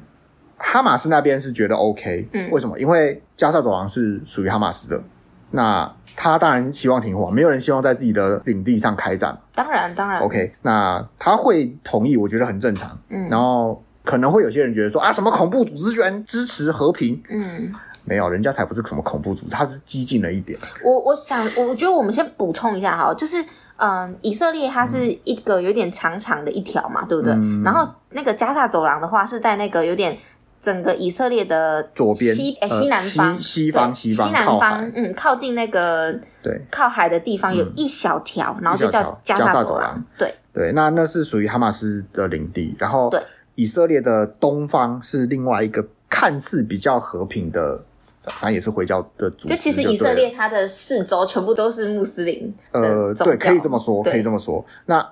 [SPEAKER 2] 哈马斯那边是觉得 OK，、
[SPEAKER 1] 嗯
[SPEAKER 2] 为什么？因为加沙走廊是属于哈马斯的，那他当然希望停火，没有人希望在自己的领地上开战嘛
[SPEAKER 1] 当然当然
[SPEAKER 2] OK，那他会同意，我觉得很正常。
[SPEAKER 1] 嗯，
[SPEAKER 2] 然后可能会有些人觉得说啊，什么恐怖组织居然支持和平？
[SPEAKER 1] 嗯，
[SPEAKER 2] 没有，人家才不是什么恐怖组织，他是激进了一点。
[SPEAKER 1] 我我想，我我觉得我们先补充一下哈，就是嗯、以色列它是一个有点长长的一条嘛，对不对？
[SPEAKER 2] 嗯
[SPEAKER 1] 然后那个加萨走廊的话是在那个有点整个以色列的
[SPEAKER 2] 左边
[SPEAKER 1] 西诶
[SPEAKER 2] 呃
[SPEAKER 1] 西南方、
[SPEAKER 2] 西西方
[SPEAKER 1] 对
[SPEAKER 2] 西方
[SPEAKER 1] 南
[SPEAKER 2] 靠
[SPEAKER 1] 方
[SPEAKER 2] 海，
[SPEAKER 1] 嗯，靠近那个
[SPEAKER 2] 对
[SPEAKER 1] 靠海的地方有
[SPEAKER 2] 嗯
[SPEAKER 1] 一小条，然后就
[SPEAKER 2] 一
[SPEAKER 1] 叫
[SPEAKER 2] 小条
[SPEAKER 1] 加
[SPEAKER 2] 加
[SPEAKER 1] 萨
[SPEAKER 2] 萨
[SPEAKER 1] 走
[SPEAKER 2] 走廊
[SPEAKER 1] 廊，对，
[SPEAKER 2] 对，那那是属于哈马斯的领地，然后
[SPEAKER 1] 对
[SPEAKER 2] 以色列的东方是另外一个看似比较和平的，反正也是回教的组织
[SPEAKER 1] 就
[SPEAKER 2] 就
[SPEAKER 1] 其实
[SPEAKER 2] 对
[SPEAKER 1] 以色
[SPEAKER 2] 了
[SPEAKER 1] 列它的四周全部都是穆斯林的
[SPEAKER 2] 呃，
[SPEAKER 1] 宗
[SPEAKER 2] 对，可以
[SPEAKER 1] 教
[SPEAKER 2] 这么说，
[SPEAKER 1] 对
[SPEAKER 2] 可以这么说。那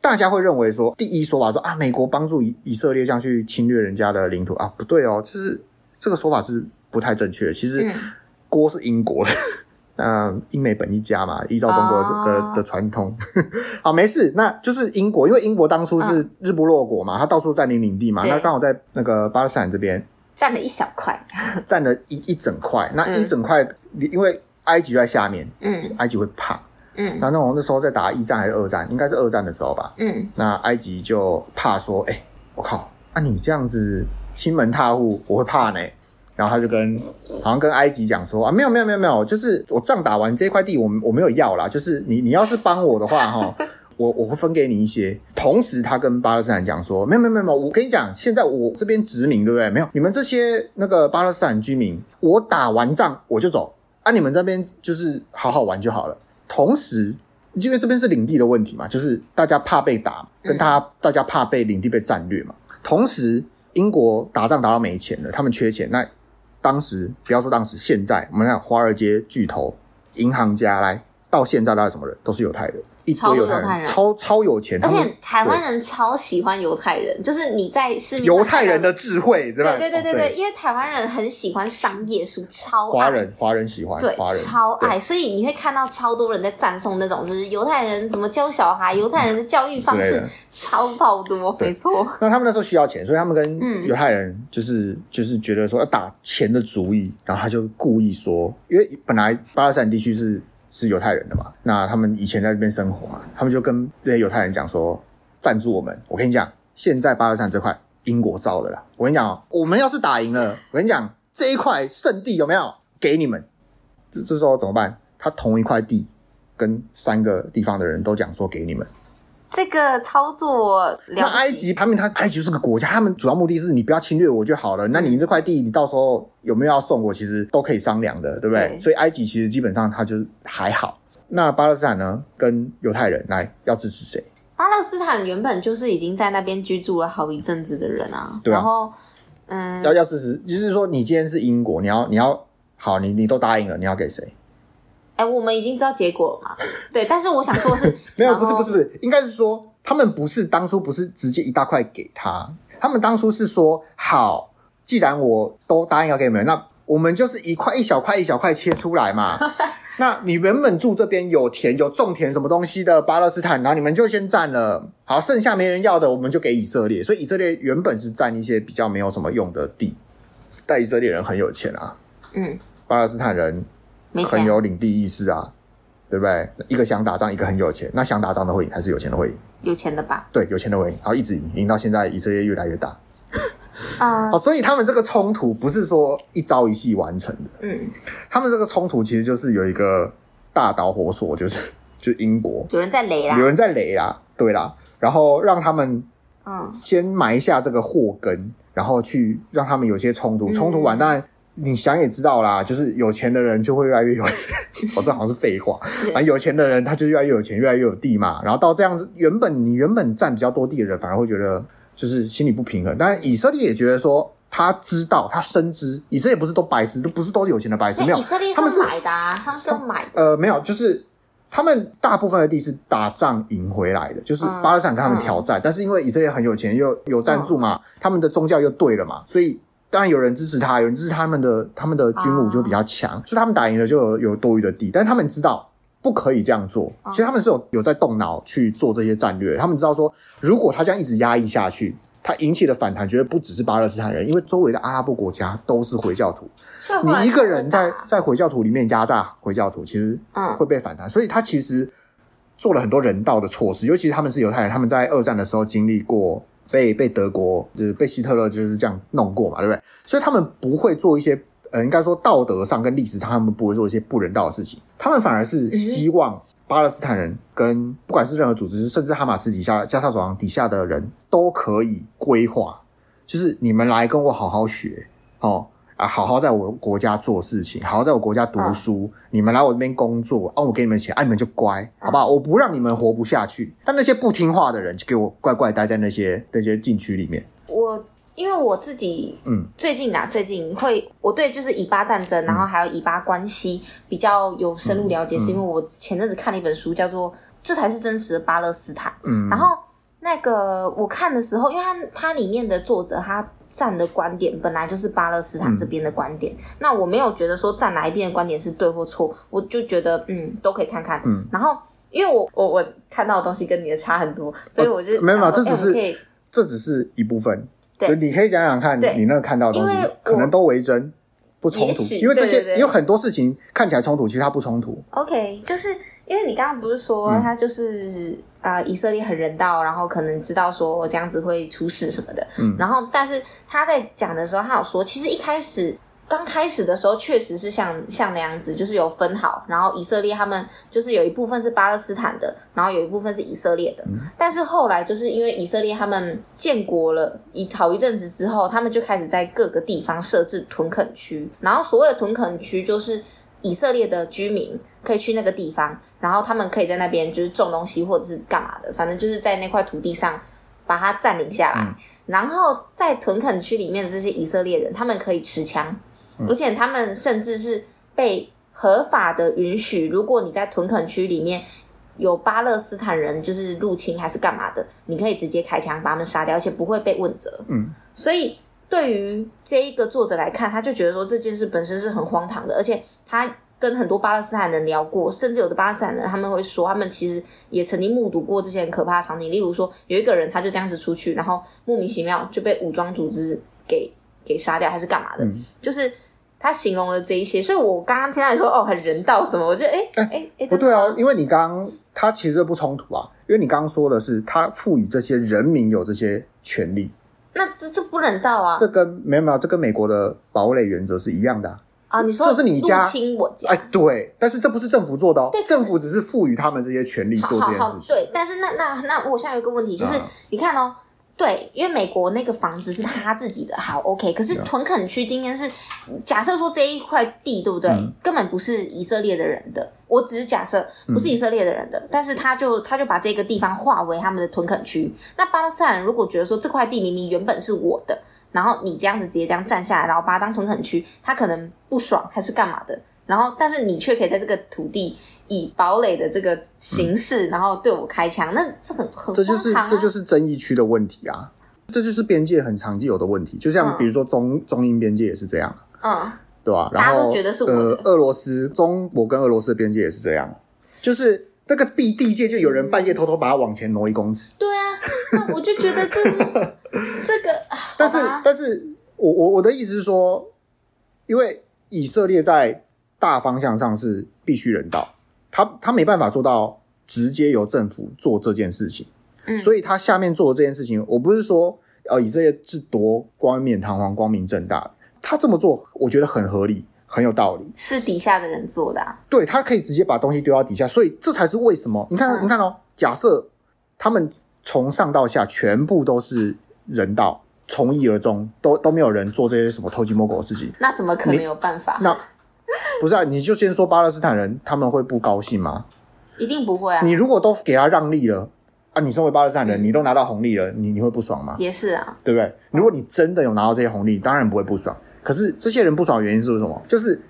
[SPEAKER 2] 大家会认为说，第一说法说啊，美国帮助以以色列这样去侵略人家的领土啊，不对哦，就是这个说法是不太正确的。其实
[SPEAKER 1] 嗯
[SPEAKER 2] 锅是英国的， 那、英美本一家嘛，依照中国的、
[SPEAKER 1] 哦
[SPEAKER 2] 的的传统， 好，没事，那就是英国，因为英国当初是日不落国嘛，它到处占领领地嘛，
[SPEAKER 1] 嗯对
[SPEAKER 2] 那刚好在那个巴勒斯坦这边
[SPEAKER 1] 占了一小块，
[SPEAKER 2] 占了一一整块，那
[SPEAKER 1] 嗯
[SPEAKER 2] 一整块，因为埃及就在下面，
[SPEAKER 1] 嗯
[SPEAKER 2] 埃及会怕。
[SPEAKER 1] 嗯
[SPEAKER 2] 那那种那时候在打一战还是二战，应该是二战的时候吧。
[SPEAKER 1] 嗯，
[SPEAKER 2] 那埃及就怕说，哎、我靠，啊你这样子亲门踏户，我会怕呢。然后他就跟好像跟埃及讲说啊，没有没有没有没有，就是我仗打完这块地我，我没有要啦，就是你你要是帮我的话哈。 我我会分给你一些，同时他跟巴勒斯坦讲说，没有没有没有没有，我跟你讲，现在我这边殖民对不对？没有，你们这些那个巴勒斯坦居民，我打完仗我就走，啊，你们这边就是好好玩就好了。同时，因为这边是领地的问题嘛，就是大家怕被打，跟他、
[SPEAKER 1] 嗯
[SPEAKER 2] 大家怕被领地被战略嘛。同时，英国打仗打到没钱了，他们缺钱。那当时不要说当时，现在我们看华尔街巨头、银行家来到现在，大概什么人都是犹太人，一
[SPEAKER 1] 超
[SPEAKER 2] 堆
[SPEAKER 1] 多
[SPEAKER 2] 犹
[SPEAKER 1] 犹太人
[SPEAKER 2] 超超有钱，
[SPEAKER 1] 而
[SPEAKER 2] 他
[SPEAKER 1] 且
[SPEAKER 2] 们
[SPEAKER 1] 台湾人超喜欢犹太人，就是你在市面上
[SPEAKER 2] 犹太人的智慧，对吧？
[SPEAKER 1] 对对对对
[SPEAKER 2] 哦
[SPEAKER 1] 对，因为台湾人很喜欢商业书，超爱
[SPEAKER 2] 华人华人喜欢，
[SPEAKER 1] 对
[SPEAKER 2] 华人
[SPEAKER 1] 超
[SPEAKER 2] 对
[SPEAKER 1] 爱，所以你会看到超多人在赞颂那种就是犹太人怎么教小孩，犹太人的教育方
[SPEAKER 2] 之类
[SPEAKER 1] 式
[SPEAKER 2] 的
[SPEAKER 1] 超爆多，
[SPEAKER 2] 对
[SPEAKER 1] 没错，
[SPEAKER 2] 那他们那时候需要钱，所以他们
[SPEAKER 1] 嗯
[SPEAKER 2] 跟犹太人就是、就是觉得说要打钱的主意，然后他就故意说，因为本来巴勒斯坦地区是是犹太人的嘛，那他们以前在这边生活嘛，他们就跟这些犹太人讲说，赞助我们，我跟你讲，现在巴勒斯坦这块英国造的啦，我跟你讲、哦，我们要是打赢了，我跟你讲这一块圣地有没有给你们？这这时候怎么办？他同一块地跟三个地方的人都讲说给你们。
[SPEAKER 1] 这个操作了不起
[SPEAKER 2] 那埃及旁边，它埃及就是个国家，他们主要目的是你不要侵略我就好了。那你这块地，你到时候有没有要送我，其实都可以商量的，对不对？
[SPEAKER 1] 对
[SPEAKER 2] 所以埃及其实基本上它就是还好。那巴勒斯坦呢，跟犹太人来要支持谁？
[SPEAKER 1] 巴勒斯坦原本就是已经在那边居住了好一阵子的人啊，
[SPEAKER 2] 对啊
[SPEAKER 1] 然后嗯，
[SPEAKER 2] 要要支持，就是说你今天是英国，你要你要好，你你都答应了，你要给谁？
[SPEAKER 1] 哎、我们已经知道结果了嘛，对，但是我想说的
[SPEAKER 2] ，
[SPEAKER 1] 是
[SPEAKER 2] 没有，
[SPEAKER 1] 然
[SPEAKER 2] 不
[SPEAKER 1] 后
[SPEAKER 2] 是不是不是，应该是说他们不是当初不是直接一大块给他，他们当初是说好，既然我都答应要给你们，那我们就是一块一小块一小块切出 来嘛。那你原本住这边有田有种田什么东西的巴勒斯坦，然后你们就先占了，好，剩下没人要的我们就给以色列，所以以色列原本是占一些比较没有什么用的地，但以色列人很有钱啊，
[SPEAKER 1] 嗯，
[SPEAKER 2] 巴勒斯坦人
[SPEAKER 1] 没
[SPEAKER 2] 很
[SPEAKER 1] 钱啊，
[SPEAKER 2] 有领地意识啊，对不对？一个想打仗，一个很有钱，那想打仗的会赢还是有钱的会赢？
[SPEAKER 1] 有钱的吧？
[SPEAKER 2] 对，有钱的会赢，然后一直赢，赢到现在以色列越来越大。
[SPEAKER 1] 啊、
[SPEAKER 2] 哦，所以他们这个冲突不是说一朝一夕完成的，
[SPEAKER 1] 嗯，
[SPEAKER 2] 他们这个冲突其实就是有一个大导火索，就是就是英国
[SPEAKER 1] 有人在雷啦
[SPEAKER 2] 有，人在雷啦，对啦，然后让他们
[SPEAKER 1] 嗯，
[SPEAKER 2] 先埋下这个祸根，然后去让他们有些冲突，
[SPEAKER 1] 嗯
[SPEAKER 2] 冲突完当然。你想也知道啦，就是有钱的人就会越来越有， 我、这好像是废话。反正有钱的人他就越来越有钱，越来越有地嘛。然后到这样子，原本你原本占比较多地的人，反而会觉得就是心里不平衡。但以色列也觉得说，他知道，他深知，以色列不是都白痴，都不是都有钱的白痴，
[SPEAKER 1] 所
[SPEAKER 2] 没有
[SPEAKER 1] 以以色列
[SPEAKER 2] 他们是
[SPEAKER 1] 是买的、啊，他们是要买的，
[SPEAKER 2] 呃，没有，就是他们大部分的地是打仗赢回来的，就是巴勒斯坦跟他们挑战，但是因为以色列很有钱，又有赞助嘛，他们的宗教又对了嘛，所以。当然有人支持他，有人支持他们的他们的军武就比较强，所以他们打赢了就有有多余的地，但他们知道不可以这样做，
[SPEAKER 1] 哦
[SPEAKER 2] 其实他们是有有在动脑去做这些战略，他们知道说如果他这样一直压抑下去，他引起的反弹绝对不只是巴勒斯坦人，因为周围的阿拉伯国家都是回教徒，
[SPEAKER 1] 所以后来
[SPEAKER 2] 你一个人在
[SPEAKER 1] 他们打
[SPEAKER 2] 在回教徒里面压榨回教徒，其实
[SPEAKER 1] 嗯
[SPEAKER 2] 会被反弹，所以他其实做了很多人道的措施，尤其是他们是犹太人，他们在二战的时候经历过被被德国就是被希特勒就是这样弄过嘛，对不对？所以他们不会做一些呃，应该说道德上跟历史上他们不会做一些不人道的事情，他们反而是希望巴勒斯坦人跟不管是任何组织，甚至哈马斯底下加沙走廊底下的人都可以规划，就是你们来跟我好好学哦。啊，好好在我国家做事情，好好在我国家读
[SPEAKER 1] 嗯
[SPEAKER 2] 书。你们来我这边工作，啊，我给你们钱，啊，你们就乖，好不好？我不让你们活不下去。但那些不听话的人，就给我乖乖待在那些那些禁区里面。
[SPEAKER 1] 我因为我自己
[SPEAKER 2] 嗯，
[SPEAKER 1] 最近啊，最近会我对就是以巴战争，然后还有以巴关系比较有深入了解，
[SPEAKER 2] 嗯嗯
[SPEAKER 1] 是因为我前阵子看了一本书，叫做《这才是真实的巴勒斯坦》。
[SPEAKER 2] 嗯，
[SPEAKER 1] 然后那个我看的时候，因为它它里面的作者他站的观点本来就是巴勒斯坦这边的观点，
[SPEAKER 2] 嗯
[SPEAKER 1] 那我没有觉得说站哪一边的观点是对或错，我就觉得嗯都可以看看。
[SPEAKER 2] 嗯
[SPEAKER 1] 然后因为我我我看到的东西跟你的差很多，所以我就、
[SPEAKER 2] 哦没有没有，这只
[SPEAKER 1] 哎我们可以
[SPEAKER 2] 是这只是一部分。
[SPEAKER 1] 对
[SPEAKER 2] 就你可以讲讲看，
[SPEAKER 1] 对
[SPEAKER 2] 你那个看到的东
[SPEAKER 1] 因为
[SPEAKER 2] 西
[SPEAKER 1] 我
[SPEAKER 2] 可能都为真，不冲
[SPEAKER 1] 也
[SPEAKER 2] 突，
[SPEAKER 1] 许
[SPEAKER 2] 因为这
[SPEAKER 1] 对对
[SPEAKER 2] 些
[SPEAKER 1] 对
[SPEAKER 2] 有很多事情看起来冲突，其实它不冲突。
[SPEAKER 1] OK，就是因为你刚刚不是说
[SPEAKER 2] 嗯
[SPEAKER 1] 他就是、呃以色列很人道，然后可能知道说这样子会出事什么的，
[SPEAKER 2] 嗯
[SPEAKER 1] 然后但是他在讲的时候，他有说，其实一开始刚开始的时候确实是像像那样子，就是有分好，然后以色列他们就是有一部分是巴勒斯坦的，然后有一部分是以色列的，但是后来就是因为以色列他们建国了一好一阵子之后，他们就开始在各个地方设置屯垦区。然后所谓的屯垦区，就是以色列的居民可以去那个地方，然后他们可以在那边就是种东西或者是干嘛的，反正就是在那块土地上把它占领下来。
[SPEAKER 2] 嗯
[SPEAKER 1] 然后在屯垦区里面的这些以色列人，他们可以持枪，
[SPEAKER 2] 嗯
[SPEAKER 1] 而且他们甚至是被合法的允许，如果你在屯垦区里面有巴勒斯坦人就是入侵还是干嘛的，你可以直接开枪把他们杀掉，而且不会被问责。
[SPEAKER 2] 嗯，
[SPEAKER 1] 所以对于这一个作者来看，他就觉得说这件事本身是很荒唐的，而且他跟很多巴勒斯坦人聊过，甚至有的巴勒斯坦人他们会说，他们其实也曾经目睹过这些很可怕的场景，例如说有一个人他就这样子出去，然后莫名其妙就被武装组织给给杀掉，还是干嘛的，
[SPEAKER 2] 嗯
[SPEAKER 1] 就是。他形容了这一些，所以我刚刚听到你说哦很人道什么，我觉得哎哎哎，真
[SPEAKER 2] 不
[SPEAKER 1] 的
[SPEAKER 2] 对啊
[SPEAKER 1] 吗，
[SPEAKER 2] 因为你刚刚它其实不冲突啊，因为你刚刚说的是它赋予这些人民有这些权利，
[SPEAKER 1] 那这这不人道啊！
[SPEAKER 2] 这跟没有没有，这跟美国的保垒原则是一样的啊、
[SPEAKER 1] 啊，你说
[SPEAKER 2] 这是你家
[SPEAKER 1] 入侵我家
[SPEAKER 2] 哎，，对，但是这不是政府做的哦
[SPEAKER 1] 啊对，
[SPEAKER 2] 政府只是赋予他们这些权利
[SPEAKER 1] 好
[SPEAKER 2] 做这
[SPEAKER 1] 好
[SPEAKER 2] 件
[SPEAKER 1] 好
[SPEAKER 2] 事，情。
[SPEAKER 1] 对，但是那那那我现在有一个问题，就是
[SPEAKER 2] 嗯
[SPEAKER 1] 你看哦，对，因为美国那个房子是他自己的，好 OK，可是
[SPEAKER 2] 对啊
[SPEAKER 1] 屯垦区今天是假设说这一块地对不对
[SPEAKER 2] 嗯，
[SPEAKER 1] 根本不是以色列的人的，我只是假设不是以色列的人的，但是他就他就把这个地方划为他们的屯垦区。那巴勒斯坦人如果觉得说这块地明明原本是我的，然后你这样子直接这样站下来，然后把它当屯垦区，他可能不爽还是干嘛的。然后，但是你却可以在这个土地以堡垒的这个形式，然后对我开枪，那这很很
[SPEAKER 2] 这就是
[SPEAKER 1] 荒唐啊
[SPEAKER 2] 嗯这就是争议区的问题啊，这就是边界很常有的问题，就像
[SPEAKER 1] 嗯
[SPEAKER 2] 比如说中、中英边界也是这样，啊
[SPEAKER 1] 嗯，
[SPEAKER 2] 对吧、
[SPEAKER 1] 大
[SPEAKER 2] 然
[SPEAKER 1] 家都
[SPEAKER 2] 后
[SPEAKER 1] 觉得是我的
[SPEAKER 2] 呃，俄罗斯中国跟俄罗斯的边界也是这样，啊就是那个地地界就有人半夜偷偷把它往前挪一公尺，
[SPEAKER 1] 对啊，那我就觉得这是这个，
[SPEAKER 2] 但是
[SPEAKER 1] 好吧
[SPEAKER 2] 但是我我我的意思是说，因为以色列在大方向上是必须人道，他他没办法做到直接由政府做这件事情。
[SPEAKER 1] 嗯
[SPEAKER 2] 所以他下面做的这件事情，我不是说呃以色列是多冠冕堂皇、光明正大的，他这么做，我觉得很合理，很有道理。
[SPEAKER 1] 是底下的人做的、啊，
[SPEAKER 2] 对他可以直接把东西丢到底下，所以这才是为什么。你看，
[SPEAKER 1] 嗯
[SPEAKER 2] 你看哦，假设他们从上到下全部都是人道，从一而终，都都没有人做这些什么偷鸡摸狗的事情，
[SPEAKER 1] 那怎么可能
[SPEAKER 2] 你
[SPEAKER 1] 有办法？
[SPEAKER 2] 那。不是啊，你就先说巴勒斯坦人他们会不高兴吗？
[SPEAKER 1] 一定不会啊，
[SPEAKER 2] 你如果都给他让利了啊，你身为巴勒斯坦人，
[SPEAKER 1] 嗯
[SPEAKER 2] 你都拿到红利了，你你会不爽吗？
[SPEAKER 1] 也是啊，
[SPEAKER 2] 对不对？如果你真的有拿到这些红利，当然不会不爽。可是这些人不爽的原因是什么？就是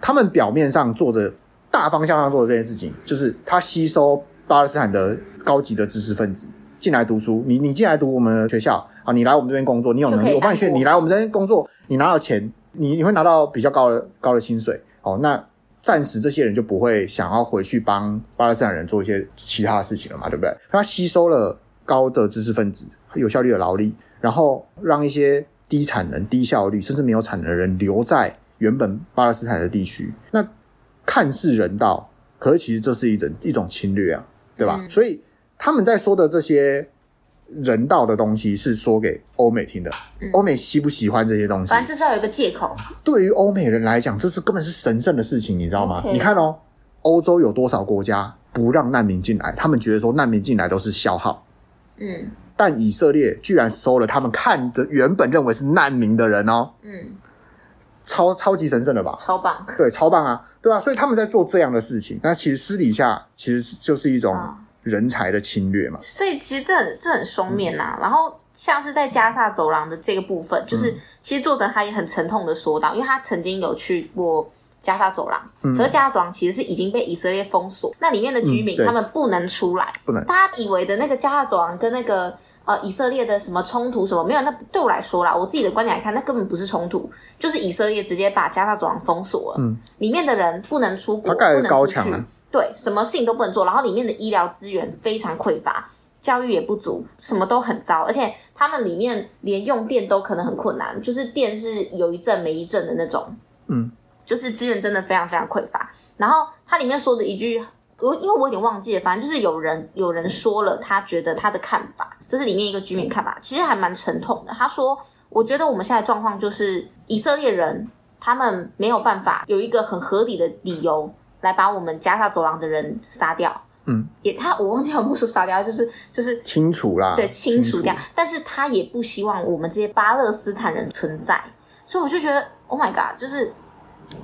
[SPEAKER 2] 他们表面上做着大方向上做的这件事情，就是他吸收巴勒斯坦的高级的知识分子进来读书。你你进来读我们的学校啊，你来我们这边工作，你有能
[SPEAKER 1] 就可
[SPEAKER 2] 力，
[SPEAKER 1] 以
[SPEAKER 2] 我帮你训，
[SPEAKER 1] 当过
[SPEAKER 2] 你来我们这边工作，你拿到钱，你你会拿到比较高的高的薪水。哦，那暂时这些人就不会想要回去帮巴勒斯坦人做一些其他的事情了嘛，对不对？他吸收了高的知识分子、有效率的劳力，然后让一些低产能、低效率甚至没有产能的人留在原本巴勒斯坦的地区，那看似人道，可是其实这是一种一种侵略啊，对吧？
[SPEAKER 1] 嗯
[SPEAKER 2] 所以他们在说的这些人道的东西，是说给欧美听的
[SPEAKER 1] 嗯。
[SPEAKER 2] 欧、美喜不喜欢这些东西？
[SPEAKER 1] 反正就是要有一个借口，
[SPEAKER 2] 对于欧美人来讲，这是根本是神圣的事情，你知道吗
[SPEAKER 1] OK
[SPEAKER 2] 你看哦，欧洲有多少国家不让难民进来？他们觉得说难民进来都是消耗，
[SPEAKER 1] 嗯
[SPEAKER 2] 但以色列居然收了他们看的原本认为是难民的人哦，
[SPEAKER 1] 嗯，
[SPEAKER 2] 超超级神圣的吧？
[SPEAKER 1] 超棒
[SPEAKER 2] 对，超棒啊，对啊，所以他们在做这样的事情，那其实私底下其实是就是一种
[SPEAKER 1] 啊！
[SPEAKER 2] 人才的侵略嘛。
[SPEAKER 1] 所以其实这很这很双面
[SPEAKER 2] 嗯
[SPEAKER 1] 呐、然后像是在加萨走廊的这个部分，就是、其实作者他也很沉痛的说到，因为他曾经有去过。加沙走廊，
[SPEAKER 2] 嗯
[SPEAKER 1] 可是加沙走廊其实是已经被以色列封锁，那里面的居民、
[SPEAKER 2] 嗯对
[SPEAKER 1] 他们不能出来，
[SPEAKER 2] 不能
[SPEAKER 1] 大家以为的那个加沙走廊跟那个呃以色列的什么冲突什么没有，那对我来说啦，我自己的观点来看，那根本不是冲突，就是以色列直接把加沙走廊封锁了，
[SPEAKER 2] 嗯，
[SPEAKER 1] 里面的人不能出国，
[SPEAKER 2] 他盖了
[SPEAKER 1] 不能
[SPEAKER 2] 高
[SPEAKER 1] 出
[SPEAKER 2] 墙
[SPEAKER 1] 去
[SPEAKER 2] 啊，
[SPEAKER 1] 对，什么事情都不能做，然后里面的医疗资源非常匮乏。教育也不足，什么都很糟，而且他们里面连用电都可能很困难，就是电是有一阵没一阵的那种，
[SPEAKER 2] 嗯，
[SPEAKER 1] 就是资源真的非常非常匮乏。然后它里面说的一句，我因为我有点忘记了，反正就是有人有人说了，他觉得他的看法，这是里面一个居民看法，其实还蛮沉痛的。他说，我觉得我们现在状况就是以色列人他们没有办法有一个很合理的理由来把我们加沙走廊的人杀掉。
[SPEAKER 2] 嗯，
[SPEAKER 1] 也他我忘记有没有说杀掉，就是就是
[SPEAKER 2] 啊清楚啦，
[SPEAKER 1] 对，清除
[SPEAKER 2] 楚
[SPEAKER 1] 掉。但是他也不希望我们这些巴勒斯坦人存在，所以我就觉得，Oh my god，就是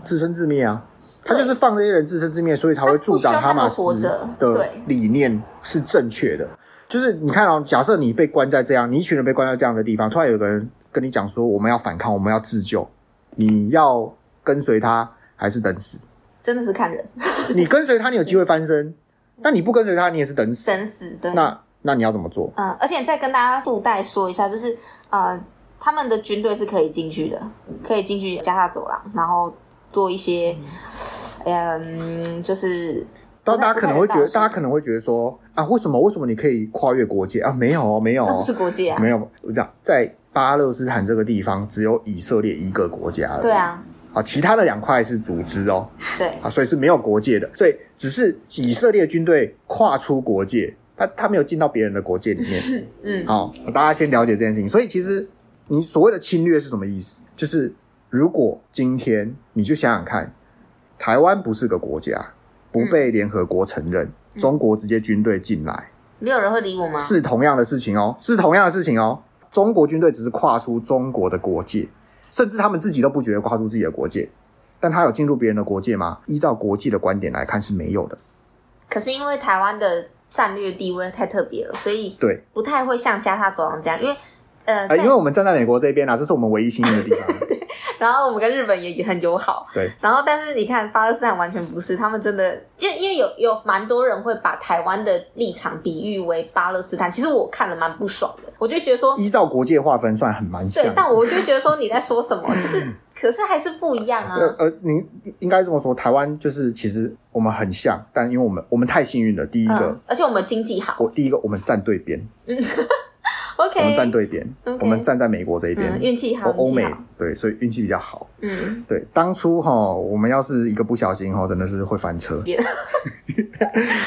[SPEAKER 2] 自生自灭啊。他
[SPEAKER 1] 对
[SPEAKER 2] 就是放这些人自生自灭，所以才会助长哈马斯
[SPEAKER 1] 他不需要他们活
[SPEAKER 2] 的
[SPEAKER 1] 着
[SPEAKER 2] 理念是正确的。就是你看哦，假设你被关在这样，你一群人被关在这样的地方，突然有个人跟你讲说我们要反抗，我们要自救，你要跟随他还是等死？
[SPEAKER 1] 真的是看人
[SPEAKER 2] 你跟随他，你有机会翻身；那你不跟随他，你也是等死。
[SPEAKER 1] 生死对。
[SPEAKER 2] 那那你要怎么做？
[SPEAKER 1] 嗯，而且再跟大家附带说一下，就是呃，他们的军队是可以进去的，可以进去加沙走廊，然后做一些，嗯，就是
[SPEAKER 2] 当然大家可能会觉得，
[SPEAKER 1] 不太
[SPEAKER 2] 大家可能会觉得说啊，为什么为什么你可以跨越国界啊？没有哦，没有、
[SPEAKER 1] 那
[SPEAKER 2] 哦，
[SPEAKER 1] 不是国界啊，
[SPEAKER 2] 没有，我讲在巴勒斯坦这个地方，只有以色列一个国家了。
[SPEAKER 1] 对，啊，
[SPEAKER 2] 啊，其他的两块是组织哦，
[SPEAKER 1] 对，
[SPEAKER 2] 啊，所以是没有国界的，所以只是以色列军队跨出国界，他他没有进到别人的国界里 面。
[SPEAKER 1] 嗯，
[SPEAKER 2] 好，大家先了解这件事情。所以其实你所谓的侵略是什么意思？就是如果今天你就想想看，台湾不是个国家，不被联合国承认，
[SPEAKER 1] 嗯
[SPEAKER 2] 中国直接军队进来，
[SPEAKER 1] 没有人会理我吗？
[SPEAKER 2] 是同样的事情哦，是同样的事情哦。中国军队只是跨出中国的国界，甚至他们自己都不觉得跨出自己的国界。但他有进入别人的国界吗？依照国际的观点来看是没有的。
[SPEAKER 1] 可是因为台湾的战略地位太特别了，所以
[SPEAKER 2] 对，
[SPEAKER 1] 不太会像加沙走廊这样，因为呃，
[SPEAKER 2] 呃，
[SPEAKER 1] 在
[SPEAKER 2] 因为我们站在美国这边啊，这是我们唯一幸运的地 方。
[SPEAKER 1] 然后我们跟日本也很友好，
[SPEAKER 2] 对。
[SPEAKER 1] 然后但是你看巴勒斯坦完全不是，他们真的就因为有有蛮多人会把台湾的立场比喻为巴勒斯坦，其实我看了蛮不爽的，我就觉得说，
[SPEAKER 2] 依照国界划分算很蛮像
[SPEAKER 1] 对
[SPEAKER 2] 的，。
[SPEAKER 1] 但我就觉得说你在说什么， 就是可是还是不一样啊。
[SPEAKER 2] 呃呃，您应该这么说，台湾就是其实我们很像，但因为我们我们太幸运了。第一个，
[SPEAKER 1] 嗯，而且我们经济好
[SPEAKER 2] 我第一个我们站对边，
[SPEAKER 1] ，OK，
[SPEAKER 2] 我们站对边
[SPEAKER 1] OK
[SPEAKER 2] 我们站在美国这一边
[SPEAKER 1] 嗯，，运气好，
[SPEAKER 2] 欧欧
[SPEAKER 1] 运气
[SPEAKER 2] 美
[SPEAKER 1] 好，
[SPEAKER 2] 对，所以运气比较好。
[SPEAKER 1] 嗯，
[SPEAKER 2] 对，当初哈，我们要是一个不小心哈，真的是会翻车。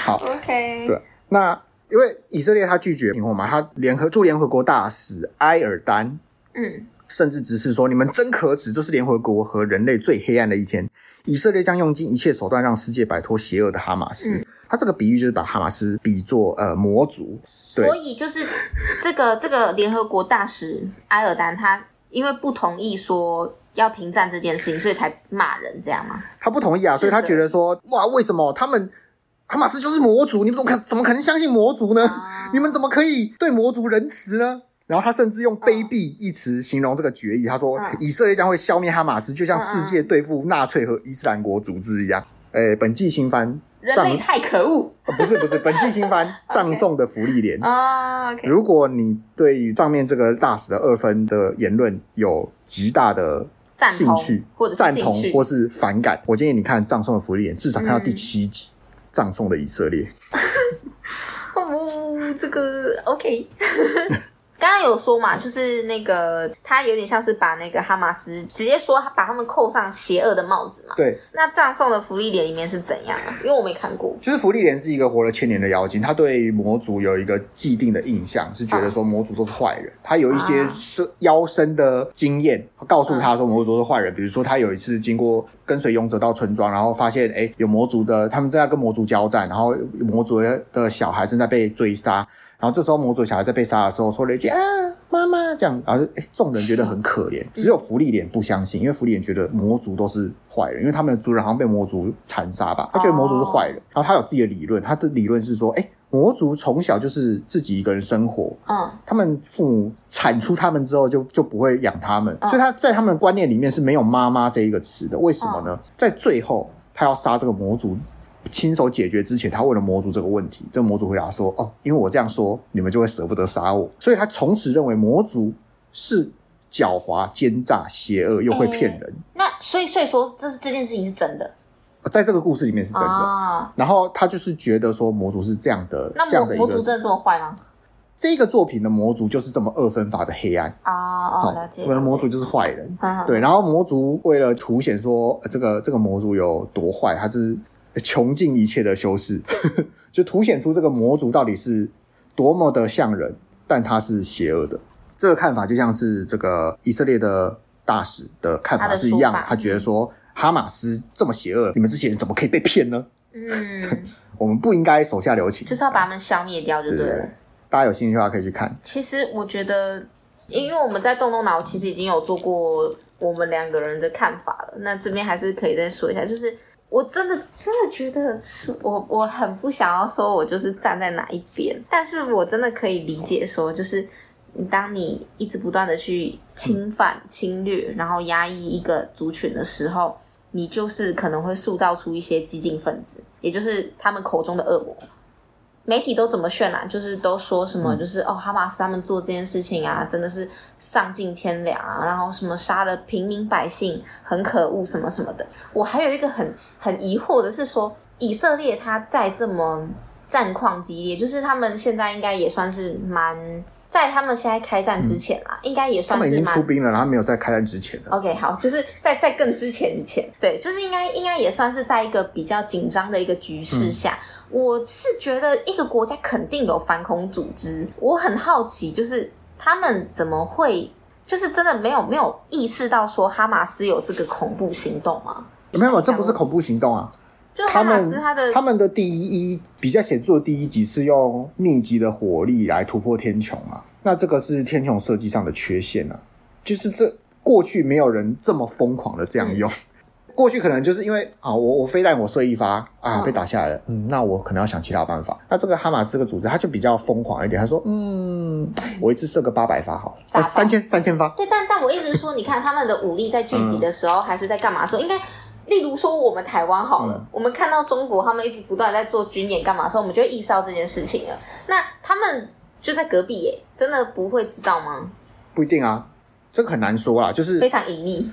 [SPEAKER 1] ，OK，
[SPEAKER 2] 对啊那因为以色列他拒绝停火嘛，他联合驻联合国大使埃尔丹
[SPEAKER 1] 嗯，
[SPEAKER 2] 甚至直视说：“你们真可耻！这是联合国和人类最黑暗的一天。以色列将用尽一切手段让世界摆脱邪恶的哈马斯。
[SPEAKER 1] 嗯
[SPEAKER 2] 他这个比喻就是把哈马斯比作呃魔族，对
[SPEAKER 1] 所以就是这个这个联合国大使埃尔丹他因为不同意说要停战这件事情，所以才骂人这样吗？
[SPEAKER 2] 他不同意啊，
[SPEAKER 1] 是的
[SPEAKER 2] 所以他觉得说：哇，为什么他们哈马斯就是魔族？你们怎么可怎么可能相信魔族呢？
[SPEAKER 1] 啊
[SPEAKER 2] 你们怎么可以对魔族仁慈呢？然后他甚至用“卑鄙”一词形容这个决议，他说
[SPEAKER 1] 嗯
[SPEAKER 2] 以色列将会消灭哈马斯，就像世界对付纳粹和伊斯兰国组织一样。诶，本季新番
[SPEAKER 1] 人
[SPEAKER 2] 葬
[SPEAKER 1] 类太可恶
[SPEAKER 2] 呃不是不是，本季 新番葬送的福利莲。
[SPEAKER 1] 啊！OK，
[SPEAKER 2] 如果你对于上面这个大使的二分的言论有极大的
[SPEAKER 1] 赞
[SPEAKER 2] 兴
[SPEAKER 1] 同
[SPEAKER 2] 趣
[SPEAKER 1] 或者是
[SPEAKER 2] 赞
[SPEAKER 1] 兴
[SPEAKER 2] 同
[SPEAKER 1] 趣
[SPEAKER 2] 或是反感，我建议你看《葬送的福利莲》，至少看到第
[SPEAKER 1] 嗯
[SPEAKER 2] 七集《葬送的以色列》。
[SPEAKER 1] 哦，这个 OK。刚刚有说嘛，就是那个他有点像是把那个哈马斯直接说把他们扣上邪恶的帽子嘛。
[SPEAKER 2] 对，
[SPEAKER 1] 那葬送的福利脸里面是怎样啊？因为我没看过。
[SPEAKER 2] 就是福利莲是一个活了千年的妖精，他对魔族有一个既定的印象，是觉得说魔族都是坏人。他有一些
[SPEAKER 1] 啊
[SPEAKER 2] 是妖身的经验，告诉他说魔族都是坏人。比如说，他有一次经过跟随勇者到村庄，然后发现哎、诶有魔族的，他们正在跟魔族交战，然后魔族的小孩正在被追杀。然后这时候魔族小孩在被杀的时候说了一句啊妈妈这样，然后就诶众人觉得很可怜，只有福利莲不相信，因为福利莲觉得魔族都是坏人，因为他们的族人好像被魔族残杀吧，他觉得魔族是坏人，然后他有自己的理论，他的理论是说，哎，魔族从小就是自己一个人生活。
[SPEAKER 1] 嗯
[SPEAKER 2] 他们父母产出他们之后就，就不会养他们，
[SPEAKER 1] 嗯
[SPEAKER 2] 所以他在他们的观念里面是没有“妈妈”这一个词的。为什么
[SPEAKER 1] 嗯
[SPEAKER 2] 呢？在最后他要杀这个魔族，亲手解决之前，他问了魔族这个问题，这个魔族回答说：“哦，因为我这样说，你们就会舍不得杀
[SPEAKER 1] 嗯
[SPEAKER 2] 我。”所以他从此认为魔族是狡猾、奸诈、邪恶，又会骗人。
[SPEAKER 1] 那所以所以说，这是这件事情是真的，
[SPEAKER 2] 在这个故事里面是真的。
[SPEAKER 1] 哎啊。
[SPEAKER 2] 然后他就是觉得说魔族是这样的，
[SPEAKER 1] 那
[SPEAKER 2] 这样
[SPEAKER 1] 魔
[SPEAKER 2] 的一
[SPEAKER 1] 魔族
[SPEAKER 2] 个
[SPEAKER 1] 真的这么坏吗？
[SPEAKER 2] 这个作品的魔族就是这么二分法的黑暗。
[SPEAKER 1] 啊哦，
[SPEAKER 2] 好
[SPEAKER 1] 了解。
[SPEAKER 2] 我们的魔族
[SPEAKER 1] 了解，
[SPEAKER 2] 就是坏人。
[SPEAKER 1] 嗯，
[SPEAKER 2] 对，然后魔族为了凸显说、呃这个这个魔族有多坏，他是穷尽一切的修饰， 就凸显出这个魔族到底是多么的像人，但他是邪恶的。这个看法就像是这个以色列的大使的看
[SPEAKER 1] 他
[SPEAKER 2] 法
[SPEAKER 1] 的
[SPEAKER 2] 是一样的
[SPEAKER 1] 说，法嗯
[SPEAKER 2] 他觉得说哈马斯这么邪恶，你们这些人怎么可以被骗呢？
[SPEAKER 1] 嗯，
[SPEAKER 2] 我们不应该手下留情。
[SPEAKER 1] 就是要把他们消灭掉就
[SPEAKER 2] 对
[SPEAKER 1] 对
[SPEAKER 2] 对
[SPEAKER 1] 了
[SPEAKER 2] 对。，大家有兴趣的话可以去看。
[SPEAKER 1] 其实我觉得，因为我们在动动脑，其实已经有做过我们两个人的看法了。那这边还是可以再说一下，就是我真的真的觉得是我我很不想要说我就是站在哪一边，但是我真的可以理解说，就是当你一直不断的去侵犯、侵略，然后压抑一个族群的时候。你就是可能会塑造出一些激进分子，也就是他们口中的恶魔。媒体都怎么渲染，就是都说什么，
[SPEAKER 2] 嗯
[SPEAKER 1] 就是、哦，哈马斯他们做这件事情啊，真的是丧尽天良啊，然后什么杀了平民百姓，很可恶，什么什么的。我还有一个很很疑惑的是说，以色列它在这么战况激烈，就是他们现在应该也算是蛮在他们现在开战之前啊啦，应该也
[SPEAKER 2] 嗯他
[SPEAKER 1] 算
[SPEAKER 2] 们已
[SPEAKER 1] 是
[SPEAKER 2] 经出
[SPEAKER 1] 蛮哦
[SPEAKER 2] 兵了，然后没有在开战之前了。
[SPEAKER 1] OK，好，就是在在更之前以前，对，就是应该应该也算是在一个比较紧张的一个局
[SPEAKER 2] 嗯
[SPEAKER 1] 势下，我是觉得一个国家肯定有反恐组织，我很好奇，就是他们怎么会就是真的没有没有意识到说哈马斯有这个恐怖行动吗？
[SPEAKER 2] 没有，这不是恐怖行动啊。
[SPEAKER 1] 就
[SPEAKER 2] 他
[SPEAKER 1] 哈马斯
[SPEAKER 2] 们
[SPEAKER 1] 他的
[SPEAKER 2] 他们的第一比较显著的第一集是用密集的火力来突破天穹嘛，那这个是天穹设计上的缺陷啊，就是这过去没有人这么疯狂的这样
[SPEAKER 1] 嗯
[SPEAKER 2] 用。过去可能就是因为啊，我我飞弹我射一发啊
[SPEAKER 1] 嗯
[SPEAKER 2] 被打下来了，嗯，那我可能要想其他办法。那这个哈马斯这个组织他就比较疯狂一点，他说嗯，我一次射个八百发好了，
[SPEAKER 1] 炸
[SPEAKER 2] 哎
[SPEAKER 1] 弹
[SPEAKER 2] 三千三千发，
[SPEAKER 1] 对，但但我一直说，你看他们的武力在聚集的时候，还是在干嘛的时候？应该，例如说我们台湾好了，
[SPEAKER 2] 嗯
[SPEAKER 1] 我们看到中国他们一直不断地在做军演干嘛的时候，我们就会意识到这件事情了。那他们就在隔壁耶，真的不会知道吗？
[SPEAKER 2] 不一定啊，这个很难说啦，就是
[SPEAKER 1] 非常隐秘，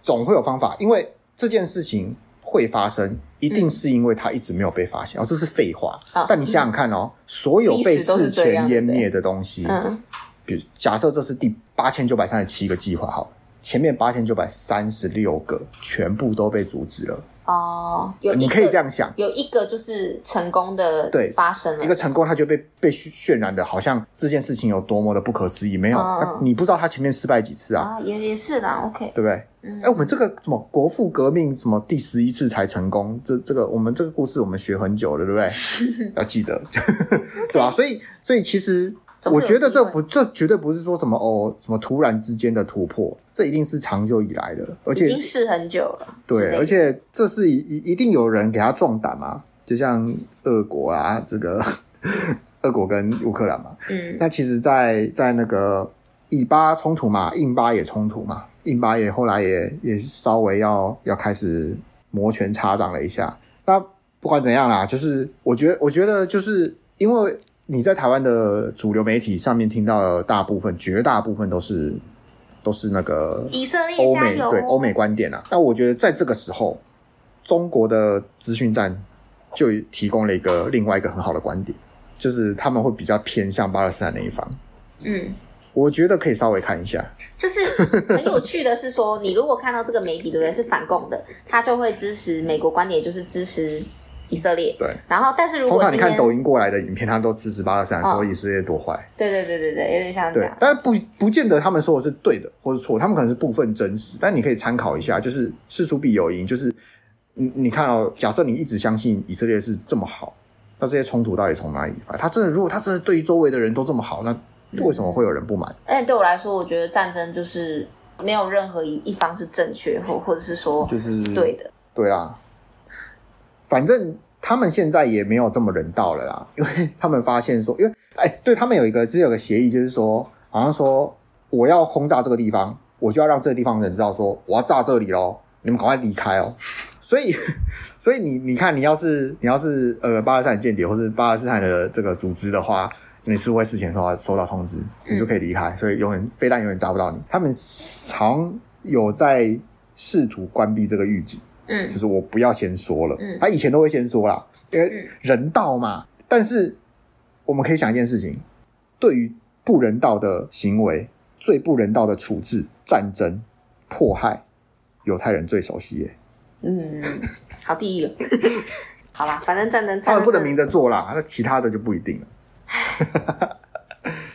[SPEAKER 2] 总会有方法，因为这件事情会发生，一定是因为它一直没有被发现。哦，这是废话。
[SPEAKER 1] 啊
[SPEAKER 2] 但你想想看哦，所有被事前湮灭的东西，
[SPEAKER 1] 嗯
[SPEAKER 2] 比如假设这是第八千九百三十七个计划好了，前面八千九百三十六个全部都被阻止了。
[SPEAKER 1] 哦，有一个
[SPEAKER 2] 你可以这样想，
[SPEAKER 1] 有一个就是成功的
[SPEAKER 2] 对
[SPEAKER 1] 发生了，
[SPEAKER 2] 一个成功，它就被被渲染的好像这件事情有多么的不可思议，没有，
[SPEAKER 1] 嗯嗯
[SPEAKER 2] 那你不知道它前面失败几次啊，
[SPEAKER 1] 啊，也也是啦，OK，
[SPEAKER 2] 对不对？
[SPEAKER 1] 嗯
[SPEAKER 2] 哎、，我们这个什么国父革命什么第十一次才成功，这这个我们这个故事我们学很久了，对 不对？要记得，对吧、所以所以其实
[SPEAKER 1] 总是有
[SPEAKER 2] 我觉得
[SPEAKER 1] 机
[SPEAKER 2] 这
[SPEAKER 1] 会
[SPEAKER 2] 不这绝对不是说什么哦什么突然之间的突破，这一定是长久以来的，而
[SPEAKER 1] 已
[SPEAKER 2] 且
[SPEAKER 1] 经试很久了，之类
[SPEAKER 2] 对，
[SPEAKER 1] 的
[SPEAKER 2] 而且这是一一一定有人给他壮胆嘛，就像俄国啊，这个 俄国跟乌克兰嘛，
[SPEAKER 1] 嗯
[SPEAKER 2] 那其实在，在那个以巴冲突嘛，印巴也冲突嘛，印巴也后来也也稍微要要开始摩拳擦掌了一下。那不管怎样啦，就是我觉得，我觉得就是因为你在台湾的主流媒体上面听到的大部分、绝大部分都是都是那个
[SPEAKER 1] 以色列
[SPEAKER 2] 欧
[SPEAKER 1] 加
[SPEAKER 2] 美
[SPEAKER 1] 油
[SPEAKER 2] 对欧美观点啊。那我觉得在这个时候，中国的资讯站就提供了一个另外一个很好的观点，就是他们会比较偏向巴勒斯坦那一方。
[SPEAKER 1] 嗯。
[SPEAKER 2] 我觉得可以稍微看一下，
[SPEAKER 1] 就是很有趣的是说，你如果看到这个媒体，对不对？是反共的，他就会支持美国观点，就是支持以色列。
[SPEAKER 2] 对。
[SPEAKER 1] 然后，但是如
[SPEAKER 2] 通
[SPEAKER 1] 果
[SPEAKER 2] 常
[SPEAKER 1] 今
[SPEAKER 2] 你
[SPEAKER 1] 天，
[SPEAKER 2] 看抖音过来的影片，他都支持巴勒斯坦，
[SPEAKER 1] 哦
[SPEAKER 2] 说以色列多坏，
[SPEAKER 1] 对对对对对，有点像这
[SPEAKER 2] 对
[SPEAKER 1] 样，。
[SPEAKER 2] 但不不见得他们说的是对的或者错，他们可能是部分真实，但你可以参考一下，就是事出必有因，就是你你看哦，假设你一直相信以色列是这么好，那这些冲突到底从哪里来？他真的如果他真的对于周围的人都这么好，那为什么会有人不满？
[SPEAKER 1] 而且哎对我来说，我觉得战争就是没有任何一一方是正确或或者是说
[SPEAKER 2] 就是
[SPEAKER 1] 对的。
[SPEAKER 2] 对啦，反正他们现在也没有这么人道了啦，因为 他们发现说，因为哎，对他们有一个，就是有个协议，就是说，好像说我要轰炸这个地方，我就要让这个地方的人知道说我要炸这里喽，你们赶快离开哦。 所以，所以你你看，你要是你要是呃巴勒斯坦间谍或是巴勒斯坦的这个组织的话。你是不会事前收到收到通知，你就可以离开，所以永远飞弹永远炸不到你。他们常有在试图关闭这个预警，
[SPEAKER 1] 嗯
[SPEAKER 2] 就是我不要先说了。
[SPEAKER 1] 嗯
[SPEAKER 2] 他以前都会先说啦，
[SPEAKER 1] 嗯
[SPEAKER 2] 因为人道嘛。但是我们可以想一件事情：对于不人道的行为、最不人道的处置、战争、迫害，犹太人最熟悉耶。
[SPEAKER 1] 嗯，好地狱哦。 好啦，反正战争，
[SPEAKER 2] 他们不能
[SPEAKER 1] 战
[SPEAKER 2] 明
[SPEAKER 1] 争
[SPEAKER 2] 着做啦，那其他的就不一定了。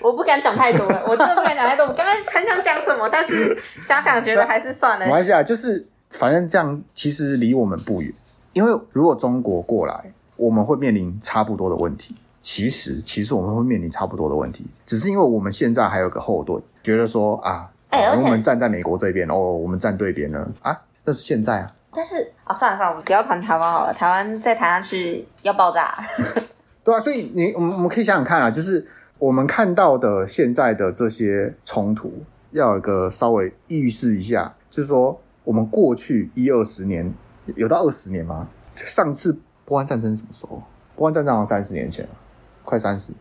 [SPEAKER 1] 我不敢讲太多了，我真的不敢讲太多。我刚刚很想讲什么，但是想想觉得还是 算了
[SPEAKER 2] 没。关系啊，就是反正这样其实离我们不远，因为如果中国过来，我们会面临差不多的问题。其实，其实我们会面临差不多的问题，只是因为我们现在还有个后盾，觉得说啊，
[SPEAKER 1] 哎而且
[SPEAKER 2] 我们站在美国这边，哦，我们站对边了啊，那是现在啊，
[SPEAKER 1] 但是啊、算了算了，我们不要谈台湾好了，台湾再谈下去要爆炸。
[SPEAKER 2] 对啊，所以你我们我们可以想想看啊，就是我们看到的现在的这些冲突，要有一个稍微预示一下，就是说我们过去一二十年，有到二十年吗？上次波湾战争什么时候？波湾战争好像三十年前了，快三十。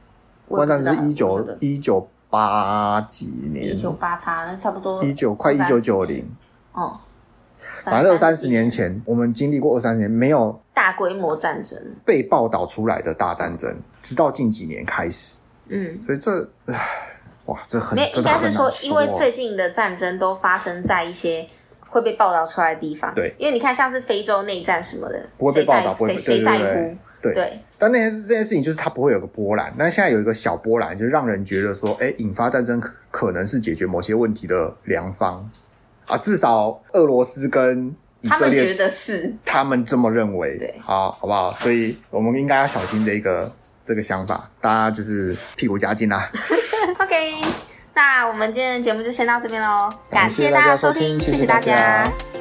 [SPEAKER 2] 波
[SPEAKER 1] 我
[SPEAKER 2] 湾
[SPEAKER 1] 也
[SPEAKER 2] 战
[SPEAKER 1] 不知道
[SPEAKER 2] 争是一九一九八几年
[SPEAKER 1] 一，九八叉，那差不多
[SPEAKER 2] 一九快一九九零，
[SPEAKER 1] 哦，
[SPEAKER 2] 反正二三十年前，我们经历过二三十年没有
[SPEAKER 1] 大规模战争，
[SPEAKER 2] 被报道出来的大战争，直到近几年开始。
[SPEAKER 1] 嗯，
[SPEAKER 2] 所以这，唉哇，这很
[SPEAKER 1] 没有
[SPEAKER 2] 真
[SPEAKER 1] 应
[SPEAKER 2] 的
[SPEAKER 1] 该
[SPEAKER 2] 很
[SPEAKER 1] 是
[SPEAKER 2] 难
[SPEAKER 1] 说
[SPEAKER 2] 说，，哦
[SPEAKER 1] 因为最近的战争都发生在一些。会被报道出来的地方，
[SPEAKER 2] 对
[SPEAKER 1] 因为你看像是非洲内战什么的，
[SPEAKER 2] 不会被报道，不会
[SPEAKER 1] 谁
[SPEAKER 2] 被
[SPEAKER 1] 在谁谁在乎？
[SPEAKER 2] 对对对对对
[SPEAKER 1] 对，
[SPEAKER 2] 但那件事这件事情就是它不会有个波澜，那现在有一个小波澜，就让人觉得说，哎，引发战争可可能是解决某些问题的良方啊，至少俄罗斯跟以
[SPEAKER 1] 他
[SPEAKER 2] 色
[SPEAKER 1] 们觉
[SPEAKER 2] 列
[SPEAKER 1] 得是
[SPEAKER 2] 他们这么认为，
[SPEAKER 1] 对
[SPEAKER 2] 好，好不好？所以我们应该要小心这一个这个想法，大家就是屁股夹紧啦。
[SPEAKER 1] OK。那我们今天的节目就先到这边喽，感
[SPEAKER 2] 感谢
[SPEAKER 1] 大
[SPEAKER 2] 大家
[SPEAKER 1] 收
[SPEAKER 2] 收听
[SPEAKER 1] 谢
[SPEAKER 2] 谢谢
[SPEAKER 1] 大
[SPEAKER 2] 大家
[SPEAKER 1] 家，